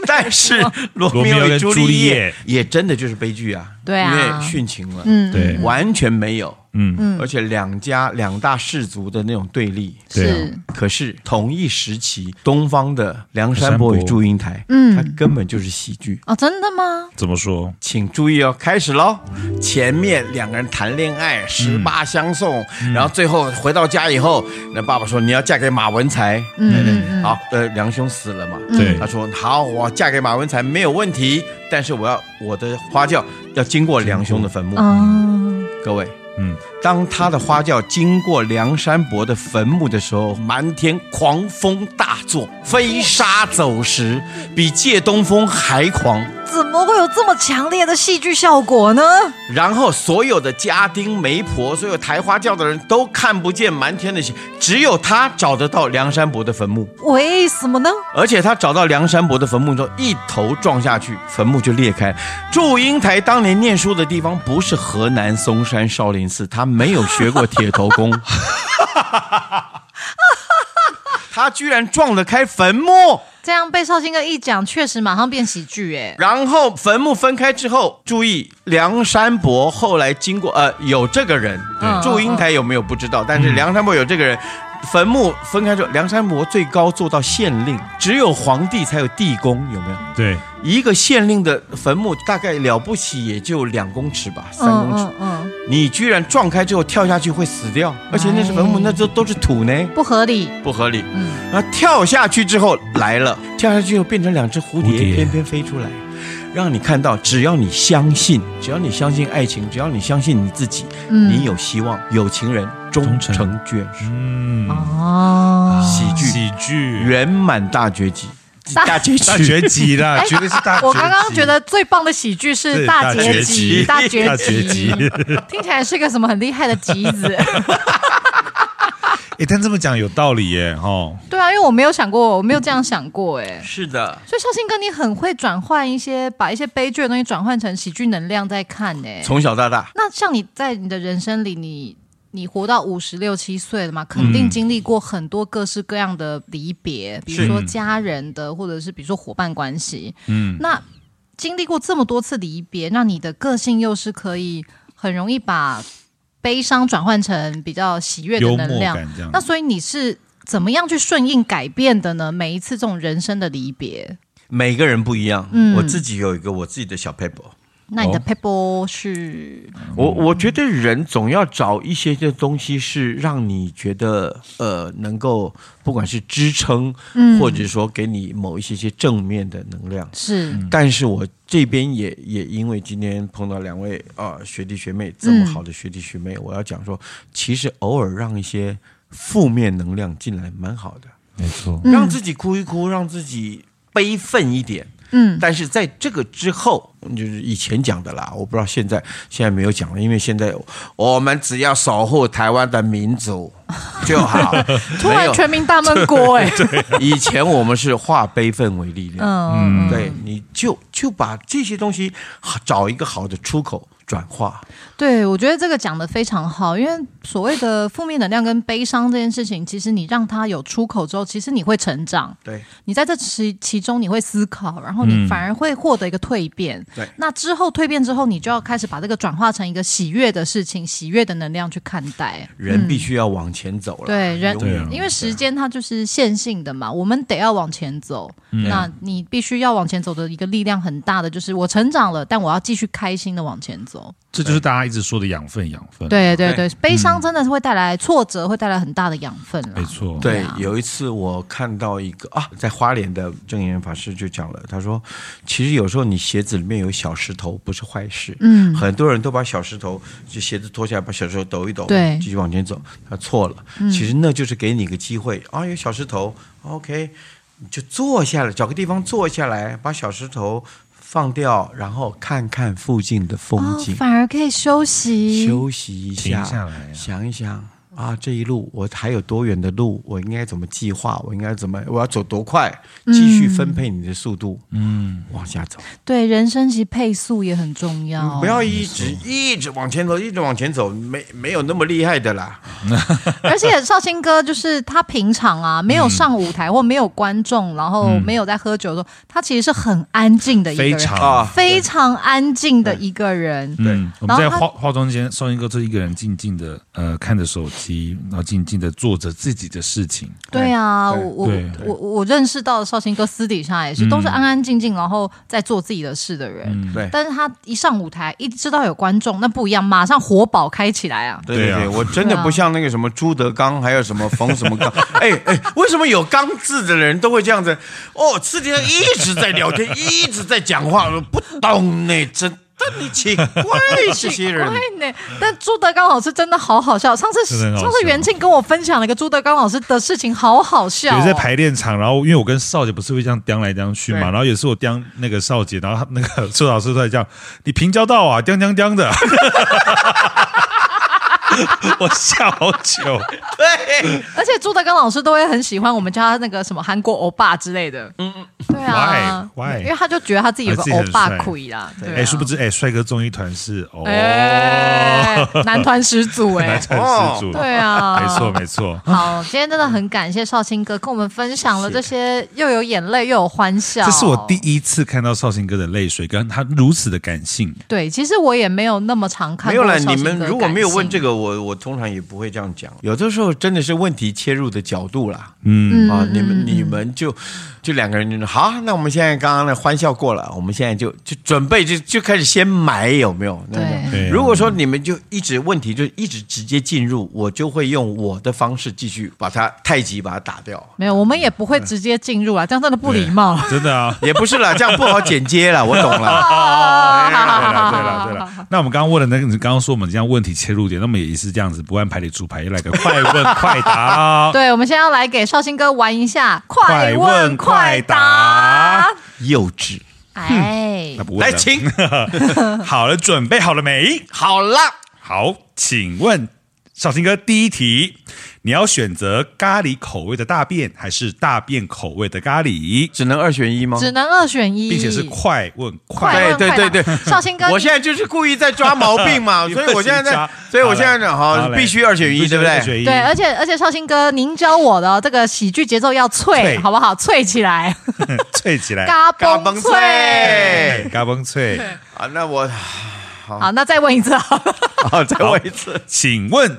Speaker 2: 但是罗密欧与朱丽叶也真的就是悲剧啊，
Speaker 3: 对啊
Speaker 2: 因为殉情了，
Speaker 3: 嗯
Speaker 4: 对
Speaker 2: 完全没有，
Speaker 4: 嗯，
Speaker 2: 而且两家两大氏族的那种对立。
Speaker 4: 对啊
Speaker 3: 是
Speaker 2: 可是同一时期，东方的梁山伯与祝英台，嗯，它根本就是喜剧。
Speaker 3: 哦，真的吗？
Speaker 4: 怎么说？
Speaker 2: 请注意哦，开始喽！前面两个人谈恋爱，
Speaker 4: 嗯
Speaker 2: 十八相送，然后最后回到家以后，那爸爸说你要嫁给马文才，嗯嗯，好，呃，梁兄死了嘛，
Speaker 4: 嗯对
Speaker 2: 他说好，我嫁给马文才没有问题，但是我要我的花轿要经过梁兄的坟墓，
Speaker 3: 嗯，
Speaker 2: 各位。
Speaker 4: 嗯，
Speaker 2: 当他的花轿经过梁山伯的坟墓的时候，满天狂风大作，飞沙走石，比借东风还狂。
Speaker 3: 怎么会有这么强烈的戏剧效果呢？
Speaker 2: 然后所有的家丁、媒婆、所有抬花轿的人都看不见满天的星，只有他找得到梁山伯的坟墓，
Speaker 3: 为什么呢？
Speaker 2: 而且他找到梁山伯的坟墓之后，一头撞下去，坟墓就裂开。祝英台当年念书的地方不是河南嵩山少林寺，他没有学过铁头功， [LAUGHS] 他居然撞得开坟墓。
Speaker 3: 这样被绍兴哥一讲，确实马上变喜剧哎、
Speaker 2: 然后坟墓分开之后，注意梁山伯后来经过，呃，有这个人
Speaker 3: 对，
Speaker 2: 祝英台有没有不知道，但
Speaker 3: 嗯
Speaker 2: 是梁山伯有这个人。坟墓分开之后，梁山伯最高做到县令，只有皇帝才有地宫，有没有？
Speaker 4: 对，
Speaker 2: 一个县令的坟墓大概了不起也就两公尺吧，三公尺。
Speaker 3: 嗯嗯，
Speaker 2: 你居然撞开之后跳下去会死掉，而且那是坟墓，
Speaker 3: 哎
Speaker 2: 那都都是土呢，
Speaker 3: 不合理。
Speaker 2: 不合理。
Speaker 3: 嗯，
Speaker 2: 然后跳下去之后来了，跳下去又变成两只蝴
Speaker 4: 蝴蝶
Speaker 2: 蝶，翩翩飞出来，让你看到，只要你相信，只要你相信爱情，只要你相信你自己，
Speaker 3: 嗯
Speaker 2: 你有希望，有情人终
Speaker 4: 终成
Speaker 2: 成眷属，
Speaker 4: 嗯，
Speaker 3: 哦，
Speaker 2: 喜剧
Speaker 4: 喜剧
Speaker 2: 圆满大结局，
Speaker 3: 大
Speaker 2: 大结
Speaker 4: 大
Speaker 2: 局。
Speaker 4: 绝集啦，绝对是大绝集。
Speaker 3: 哎我刚刚觉得最棒的喜剧是
Speaker 4: 对
Speaker 3: 大
Speaker 4: 结
Speaker 3: 结局，
Speaker 4: 大
Speaker 3: 结
Speaker 4: 结
Speaker 3: 局，
Speaker 4: 集。
Speaker 3: [LAUGHS] 听起来是个什么很厉害的集子。
Speaker 4: 哎，但这么讲有道理耶，哦，
Speaker 3: 对啊，因为我没有想过，我没有这样想过哎、
Speaker 2: 是的，
Speaker 3: 所以绍兴哥，你很会转换一些，把一些悲剧的东西转换成喜剧能量在看呢、
Speaker 2: 从小到大，
Speaker 3: 那像你在你的人生里，你你活到五十六七岁了嘛，肯定经历过很多各式各样的离
Speaker 4: 嗯
Speaker 3: 别，比如说家人的，或者是比如说伙伴关系。嗯，那经历过这么多次离别，那你的个性又是可以很容易把悲伤转换成比较喜悦的
Speaker 4: 幽
Speaker 3: 能
Speaker 4: 默
Speaker 3: 量。
Speaker 4: 感这样
Speaker 3: 那。所以你是怎么样去顺应改变的呢？每一次这种人生的离别，
Speaker 2: 每个人不一样。
Speaker 3: 嗯
Speaker 2: 我自己有一个我自己的小 paper。
Speaker 3: 那你的
Speaker 4: 哦
Speaker 3: people 是、
Speaker 2: 我我觉得人总要找一些些东西是让你觉得呃能够不管是支撑，或者说给你某一些些正面的能量。
Speaker 3: 是，
Speaker 2: 但是我这边也也因为今天碰到两位啊、学弟学妹这么
Speaker 3: 嗯
Speaker 2: 好的学弟学妹，我要讲说，其实偶尔让一些负面能量进来蛮好的，
Speaker 4: 没错，
Speaker 3: 嗯
Speaker 2: 让自己哭一哭，让自己悲愤一点。
Speaker 3: 嗯
Speaker 2: 但是在这个之后，就是以前讲的啦，我不知道现在现在没有讲了，因为现在我们只要守护台湾的民主就
Speaker 3: [LAUGHS]
Speaker 2: 好。
Speaker 3: 突
Speaker 2: 没
Speaker 3: 然
Speaker 2: 有，
Speaker 3: 全民大闷
Speaker 4: [LAUGHS]
Speaker 3: 锅哎、
Speaker 2: 以前我们是化悲愤为力量，
Speaker 3: 嗯，
Speaker 2: 对，你就就把这些东西好找一个好的出口。转化。
Speaker 3: 对，我觉得这个讲的非常好，因为所谓的负面能量跟悲伤这件事情，其实你让它有出口之后，其实你会成长。
Speaker 2: 对，
Speaker 3: 你在这其其中你会思考，然后你
Speaker 4: 嗯
Speaker 3: 反而会获得一个蜕变。
Speaker 2: 对
Speaker 3: 那之后蜕变之后，你就要开始把这个转化成一个喜悦的事情、喜悦的能量去看待。
Speaker 2: 人必须要往前走了。
Speaker 3: 嗯对人
Speaker 2: 永远
Speaker 4: 对啊
Speaker 3: 因为时间它就是线性的嘛，我们得要往前走。
Speaker 4: 嗯
Speaker 3: 那你必须要往前走的一个力量很大的，就是我成长了，但我要继续开心的往前走。
Speaker 4: 这就是大家一直说的养分，养分。，嗯
Speaker 3: 对对
Speaker 2: 对
Speaker 3: 对，悲伤真的是会带来挫折，会带来很大的养分啦
Speaker 4: 没。错。
Speaker 2: 对
Speaker 3: 对啊，
Speaker 2: 有一次我看到一个啊，在花莲的正言法师就讲了，他说，其实有时候你鞋子里面有小石头不是坏事，嗯，很多人都把小石头就鞋子脱下来，把小石头抖一抖，
Speaker 3: 对
Speaker 2: 继续往前走，他错了，其实那就是给你一个机会啊，有小石头，OK，你就坐下来，找个地方坐下来，把小石头放掉，然后看看附近的风
Speaker 3: 哦
Speaker 2: 景，，
Speaker 3: 反而可以休息。
Speaker 2: 休息一下，
Speaker 4: 停下来啊
Speaker 2: 想一想啊，这一路我还有多远的路，我应该怎么计划？我应该怎么？我要走多快？继续分配你的速度，嗯，往下走，
Speaker 3: 对，人生其实配速也很重要。
Speaker 2: 嗯不要一直一直往前走，一直往前走，没没有那么厉害的啦。
Speaker 3: 而且绍兴哥就是他平常
Speaker 4: 嗯
Speaker 3: 啊，没有上舞台或没有观众，然后没有在喝酒的时候，他其实是很安静的一个
Speaker 4: 非
Speaker 3: 人，
Speaker 4: 常
Speaker 2: 啊
Speaker 3: 非常安静的一个人。
Speaker 2: 对
Speaker 4: 嗯，我们
Speaker 3: 然后
Speaker 4: 在
Speaker 3: 他
Speaker 4: 化化妆间，少英哥就一个人静静的，呃，看着手机，然后静静的做着自己的事情。
Speaker 3: 对啊，我我
Speaker 4: 对嗯
Speaker 3: 我我认识到的绍兴哥私底下也是、都是安安静静，然后在做自己的事的人。
Speaker 2: 对。
Speaker 3: 但是他一上舞台，一知道有观众，那不一样，马上火宝开起来啊！
Speaker 2: 对对
Speaker 4: 对啊
Speaker 2: 对，我真的不像那个什么朱德刚，还有什么冯什
Speaker 4: [LAUGHS]
Speaker 2: 么刚，哎哎，为什么有“刚”字的人都会这样子？哦，私底下一直在聊天， [LAUGHS] 一直在讲话，我不懂呢，真的你奇怪这
Speaker 3: [LAUGHS]
Speaker 2: 些人
Speaker 3: 怪。呢，但朱德刚老师真的好好笑。上次
Speaker 4: 真的很好笑
Speaker 3: 上次元庆跟我分享了一个朱德刚老师的事情，好好笑、
Speaker 4: 有
Speaker 3: 哦。
Speaker 4: 在排练场，然后因为我跟少姐不是会这样刁来刁去嘛，
Speaker 2: 对
Speaker 4: 然后也是我刁那个少姐，然后她那个朱老师都在这样，你平交道啊，刁刁刁
Speaker 3: [LAUGHS]
Speaker 4: 的，我笑好久，
Speaker 2: 哎
Speaker 3: 而且朱德刚老师都会很喜欢我们叫他那个什么韩国欧巴之类的。嗯，对啊
Speaker 4: Why？Why？
Speaker 3: 因为他就觉得他自己有个
Speaker 4: 他自己
Speaker 3: 欧
Speaker 4: 很
Speaker 3: 巴
Speaker 4: 帅
Speaker 3: 魁啦。对啊，
Speaker 4: 哎、殊不知哎，帅哥综艺团是哦，
Speaker 3: 哎，男团始祖哎、
Speaker 4: 男团始祖，
Speaker 3: 对啊，
Speaker 4: 没错没错，
Speaker 3: [LAUGHS] 好，今天真的很感谢绍兴哥跟我们分享了这些又有眼泪又有欢笑。
Speaker 4: 这是我第一次看到绍兴哥的泪水，跟他如此的感性，
Speaker 3: 对，其实我也没有那么常看
Speaker 2: 没
Speaker 3: 过
Speaker 2: 有啦，
Speaker 3: 绍兴哥的感性。
Speaker 2: 你们如果没有问这个，我我通常也不会这样讲。有的时候真的是问题切入的角度啦，
Speaker 4: 嗯，
Speaker 2: 啊，你们你们就就两个人就好，那我们现在刚刚的欢笑过了，我们现在就就准备就就开始先埋有没有？那种
Speaker 4: 对
Speaker 2: 如果说你们就一直问题就一直直接进入，我就会用我的方式继续把它太极把它打掉。
Speaker 3: 没有，我们也不会直接进入啊，这样真的不礼
Speaker 4: 对 [LAUGHS]
Speaker 3: 貌。
Speaker 4: 真的
Speaker 3: [LAUGHS]
Speaker 4: 啊。
Speaker 2: 也不是啦，这样不好剪接啦，我懂了。
Speaker 4: 对了，对了，对了。那我们刚刚问的那个，你刚刚说我们这样问题切入点，那么也是这样子，不按牌理出牌，来个快问快
Speaker 3: [LAUGHS]
Speaker 4: 答。
Speaker 3: 对，我们现在要来给绍兴哥玩一下快
Speaker 4: 快
Speaker 3: 问
Speaker 4: 问
Speaker 3: 快
Speaker 4: 快
Speaker 3: 答
Speaker 4: 答。
Speaker 2: 幼稚，
Speaker 3: 哎
Speaker 4: [LAUGHS] 那，不
Speaker 2: 来
Speaker 4: 问了。
Speaker 2: 请，
Speaker 4: 好了，准备好了没？
Speaker 2: 好了，
Speaker 4: 好，请问绍兴哥，第一题，你要选择咖喱口味的大便，还是大便口味的咖喱，
Speaker 2: 只能二选一吗？
Speaker 3: 哎只能二选一，
Speaker 4: 并且是快问快
Speaker 3: 快问
Speaker 2: 对
Speaker 3: 快答
Speaker 2: 对对对
Speaker 3: 绍兴哥，
Speaker 2: 我现在就是故意在抓毛病 [LAUGHS] 嘛，所以我现在在，所以我现在呢，
Speaker 4: 好
Speaker 2: 好，
Speaker 4: 嘞
Speaker 2: 必须二选一，对不
Speaker 4: 二
Speaker 2: 对？
Speaker 4: 选一 [LAUGHS]
Speaker 3: 对，而且而且绍兴哥，您教我的哦这个喜剧节奏要脆，
Speaker 4: 脆哎
Speaker 3: 好不好？脆起来，
Speaker 4: [LAUGHS] 脆起来，
Speaker 3: 嘎
Speaker 2: 嘎
Speaker 3: 嘣
Speaker 2: 嘣
Speaker 3: 脆。
Speaker 4: [LAUGHS]
Speaker 2: 脆
Speaker 4: 嘎嘣脆。
Speaker 2: 啊，那我
Speaker 3: 好，那再问一次好了。
Speaker 2: [LAUGHS] 好再问一次，
Speaker 4: 请问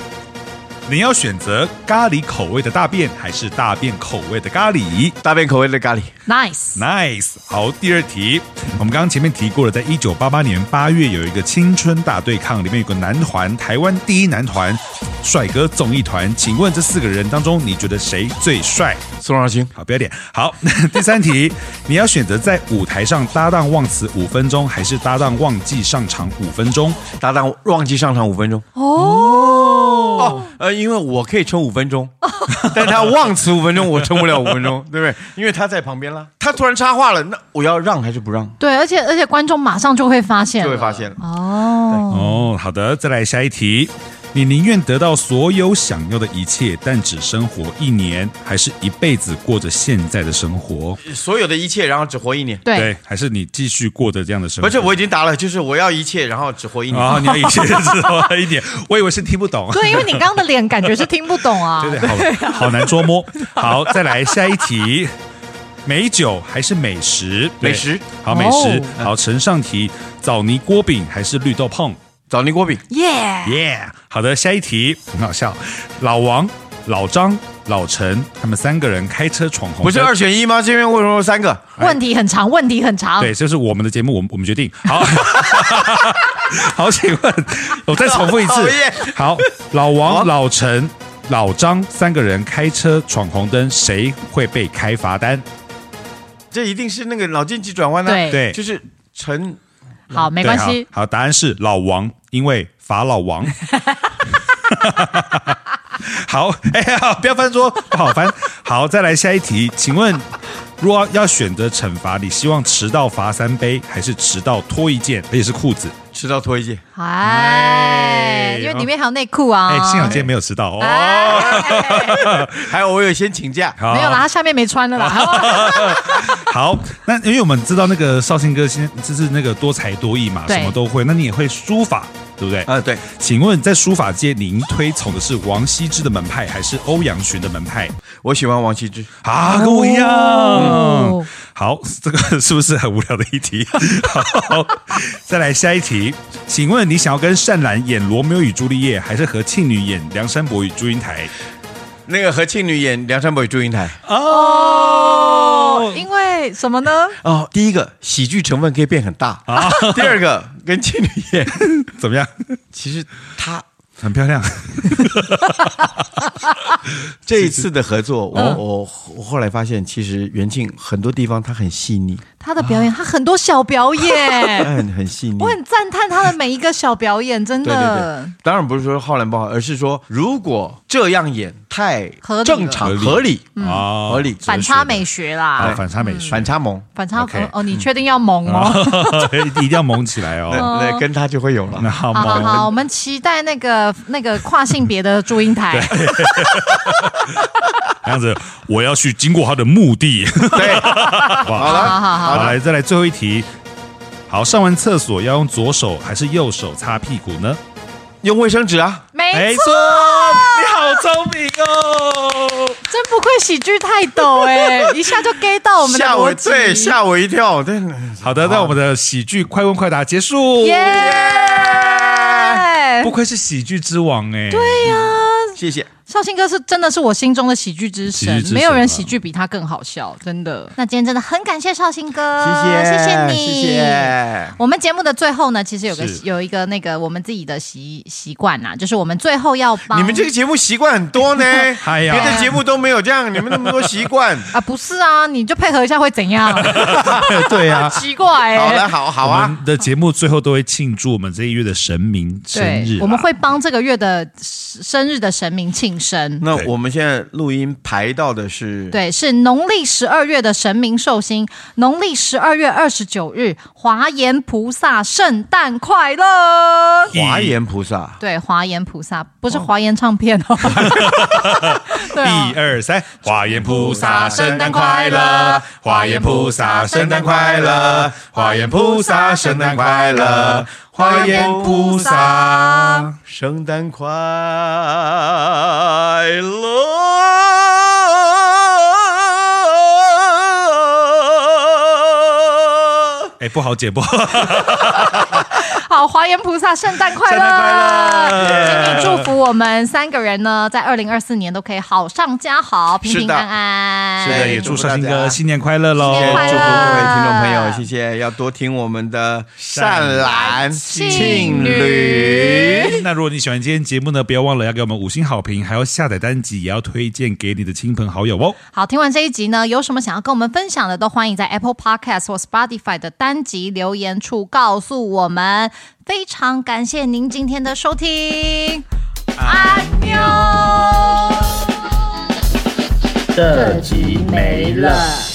Speaker 4: 你要选择咖喱口味的大便，还是大便口味的咖喱
Speaker 2: [LAUGHS] 大便口味的咖喱，
Speaker 3: Nice，
Speaker 4: ？Nice，好，第二题，我们刚刚前面提过了，在一九八八年八月有一个青春大对抗，里面有个男团，台湾第一男团，帅哥综艺团，请问这四个人当中，你觉得谁最帅？
Speaker 2: 宋少卿，
Speaker 4: 好，不要脸。好， [LAUGHS] 第三题，你要选择在舞台上搭档忘词五分钟，还是搭档忘记上场五分钟？
Speaker 2: 搭档忘记上场五分钟哦，呃，因为我可以撑五分钟， [LAUGHS] 但他忘词五分钟，我撑不了五分 [LAUGHS] 钟，对不对？因为他在旁边啦，他突然插话了，那我要让还是不让？
Speaker 3: 对，而且而且观众马上就会发现，
Speaker 2: 就会发现了。
Speaker 3: 哦。
Speaker 4: 哦，好的，再来下一题。你宁愿得到所有想要的一切，但只生活一年，还是一辈子过着现在的生活？
Speaker 2: 所有的一切，然后只活一年。
Speaker 3: 对，
Speaker 4: 还是你继续过着这样的生活？
Speaker 2: 不是，我已经答了，就是我要一切，然后只活一年。
Speaker 4: 啊，你要一切知道一
Speaker 2: [LAUGHS]
Speaker 4: 点，我以为是听不
Speaker 2: 啊
Speaker 4: 懂。
Speaker 3: 对，因为你刚刚的脸感觉是听不懂啊。
Speaker 4: [LAUGHS] 对对，好好难捉摸。
Speaker 2: [LAUGHS]
Speaker 4: 好，再来下一题。美酒还是美食？对
Speaker 2: 美食
Speaker 4: 好，美食
Speaker 3: 哦
Speaker 4: 好。呈上题：枣泥锅饼还是绿豆碰？
Speaker 2: 枣泥锅饼，
Speaker 3: 耶，
Speaker 4: 耶、好的，下一题很好笑。老王、老张、老陈他们三个人开车闯红灯，
Speaker 2: 不是二选一吗？这边为什么三 [LAUGHS] 个？
Speaker 3: 问题很长，问题很长。
Speaker 2: 啊
Speaker 4: 对，这是我们的节目，我们我们决定。
Speaker 2: [LAUGHS]
Speaker 4: 好，好，请问，我再重复一
Speaker 2: 讨
Speaker 4: 次
Speaker 2: 厌。
Speaker 4: 好，老王、
Speaker 2: 好
Speaker 4: 老陈、老张三个人开车闯红灯，谁会被开罚单？
Speaker 2: 这一定是那个脑筋急转弯啊！
Speaker 3: 对
Speaker 4: 对
Speaker 2: 就是陈
Speaker 3: 好，没关系
Speaker 4: 对。好。好，答案是老王，因为法老王。 [LAUGHS] 好，哎、好，不要翻桌，不好翻。好，再来下一题，请问，如果要选择惩罚，你希望迟到罚三杯，还是迟到脱一件，而且是裤子？
Speaker 2: 吃到脱一件，
Speaker 3: 哎
Speaker 4: 哎，
Speaker 3: 因为里面还有内裤啊。哎
Speaker 4: 哎、幸好今天没有迟到哦。
Speaker 2: 还有我有先请假，
Speaker 4: 好
Speaker 3: 没有啦，他下面没穿了啦。
Speaker 4: 好，那因为我们知道那个绍兴哥现在就是那个多才多艺嘛，
Speaker 3: 对
Speaker 4: 什么都会。那你也会书法，对不对？
Speaker 2: [LAUGHS] 啊，对，
Speaker 4: 请问在书法界，您推崇的是王羲之的门派，还是欧阳询的门派？
Speaker 2: 我喜欢王羲之，
Speaker 4: 啊，跟我一样。
Speaker 3: 哦
Speaker 4: 好，这个 [LAUGHS] 是不是很无聊的一题？ [LAUGHS] 好，再来下一题。请问你想要跟善兰演《罗密欧与朱丽叶》，还是和庆女演《梁山伯与祝英台
Speaker 2: 那个和庆女演《梁山伯与祝英台》？
Speaker 3: [LAUGHS] 哦，因为什么呢？
Speaker 2: 哦，第一个喜剧成分可以变很大啊， [LAUGHS] 第二个跟庆女演，
Speaker 4: 怎么样？
Speaker 2: [LAUGHS] 其实她
Speaker 4: 很漂亮。
Speaker 2: 这一次的合作，我我我后来发现，其实袁静很多地方她很细腻，
Speaker 3: 他的表演，他很多小表
Speaker 2: 她 [LAUGHS]
Speaker 3: 演，
Speaker 2: 哎很很细腻
Speaker 3: 我。很赞叹他的每一个小表演，
Speaker 2: [LAUGHS]
Speaker 3: 真
Speaker 2: 对对对
Speaker 3: 的。，
Speaker 2: 当然不是说浩然不好，而是说如果这样演太
Speaker 3: 合理嗯了
Speaker 2: 正常合理
Speaker 4: 啊
Speaker 2: 合理
Speaker 3: 反差美学啦
Speaker 4: 好，，反差美学，
Speaker 2: 反差萌，
Speaker 3: 反差
Speaker 4: OK 嗯
Speaker 3: 哦，你确定要萌哦？
Speaker 4: [LAUGHS] 一定要蒙起来哦。
Speaker 2: 对，跟他就会有了。
Speaker 4: 那好
Speaker 3: 嗯好好
Speaker 4: 萌，
Speaker 3: 好，我们期待那个那个跨性别的祝英台，
Speaker 4: 这样子我要去经过他的墓
Speaker 3: [LAUGHS]
Speaker 4: 地。
Speaker 2: [LAUGHS] 对，好了，
Speaker 3: 好好好
Speaker 4: 好，来再来最后一题。好，上完厕所要用左手还是右手擦屁股呢？
Speaker 2: 用卫生纸啊，
Speaker 3: 没错，
Speaker 4: 你好聪明哦！
Speaker 3: 真不愧喜剧泰斗哎，一下就 get 到我 [LAUGHS] 们的
Speaker 2: 吓我，
Speaker 3: 逻辑，
Speaker 2: 对，吓我一跳，对，
Speaker 4: 好的，那我们的喜剧快问快答结束。
Speaker 3: 耶！
Speaker 4: 不愧是喜剧之王哎、对
Speaker 3: 对呀，
Speaker 2: 谢谢。
Speaker 3: 绍兴哥是真的是我心中的喜剧之
Speaker 4: 喜
Speaker 3: 神，
Speaker 4: 剧之神
Speaker 3: 没有人喜剧比他更好笑，真的。那今天真的很感谢绍兴哥，
Speaker 2: 谢谢
Speaker 3: 谢谢你，
Speaker 2: 谢谢
Speaker 3: 我们节目的最后呢，其实有个
Speaker 4: 是
Speaker 3: 有一个那个我们自己的习习惯呐，就是我们最后要帮
Speaker 2: 你们这个节目习惯很多呢，
Speaker 4: [LAUGHS] 哎
Speaker 2: 别
Speaker 4: 呀
Speaker 2: 的节目都没有这样，你们那么多习
Speaker 3: [LAUGHS]
Speaker 2: 惯。
Speaker 3: 啊，不是啊，你就配合一下会怎 [LAUGHS] 样？
Speaker 4: 对啊。
Speaker 3: 奇怪、欸，
Speaker 2: 好了，好好
Speaker 4: 我
Speaker 2: 啊，
Speaker 4: 们的节目最后都会庆祝我们这一月的神明生
Speaker 3: 对
Speaker 4: 日啊，
Speaker 3: 我们会帮这个月的生日的神明庆生。
Speaker 2: 那我们现在录音排到的是，
Speaker 3: 对，是农历十二月的神明寿星，农历十二月二十九日，华严菩萨圣诞快乐！
Speaker 2: 华严菩萨，
Speaker 3: 对，华严菩萨不是华研唱片
Speaker 4: [LAUGHS]
Speaker 3: 哦。对啊
Speaker 4: 一，二三，华严菩萨圣诞快乐，华严菩萨圣诞快乐，华严菩萨圣诞快乐，华严菩萨。
Speaker 2: 圣诞快乐！
Speaker 4: 哎，不好解播，
Speaker 3: 好，华严菩萨圣诞快
Speaker 4: 圣诞快
Speaker 3: 乐！
Speaker 4: 乐
Speaker 3: 请你祝福我们三个人呢，在二零二四年都可以好上加好，平
Speaker 2: 是
Speaker 3: 平
Speaker 2: 的
Speaker 3: 安安。
Speaker 4: 是的，也祝绍兴
Speaker 2: 祝福大
Speaker 4: 哥
Speaker 2: 家
Speaker 4: 新年快乐喽！
Speaker 3: 新年
Speaker 2: 祝福
Speaker 3: 快乐
Speaker 2: 各位听众朋友，谢谢，要多听我们的善兰
Speaker 3: 庆
Speaker 2: 庆
Speaker 3: 女
Speaker 2: 女。
Speaker 4: 那如果你喜欢今天节目呢，不要忘了要给我们五星好评，还要下载单集，也要推荐给你的亲朋好友哦。
Speaker 3: 好，听完这一集呢，有什么想要跟我们分享的，都欢迎在 Apple Podcast 或 Spotify 的单集留言处告诉我们。非常感谢您今天的收听，安妞。
Speaker 6: 这集没了。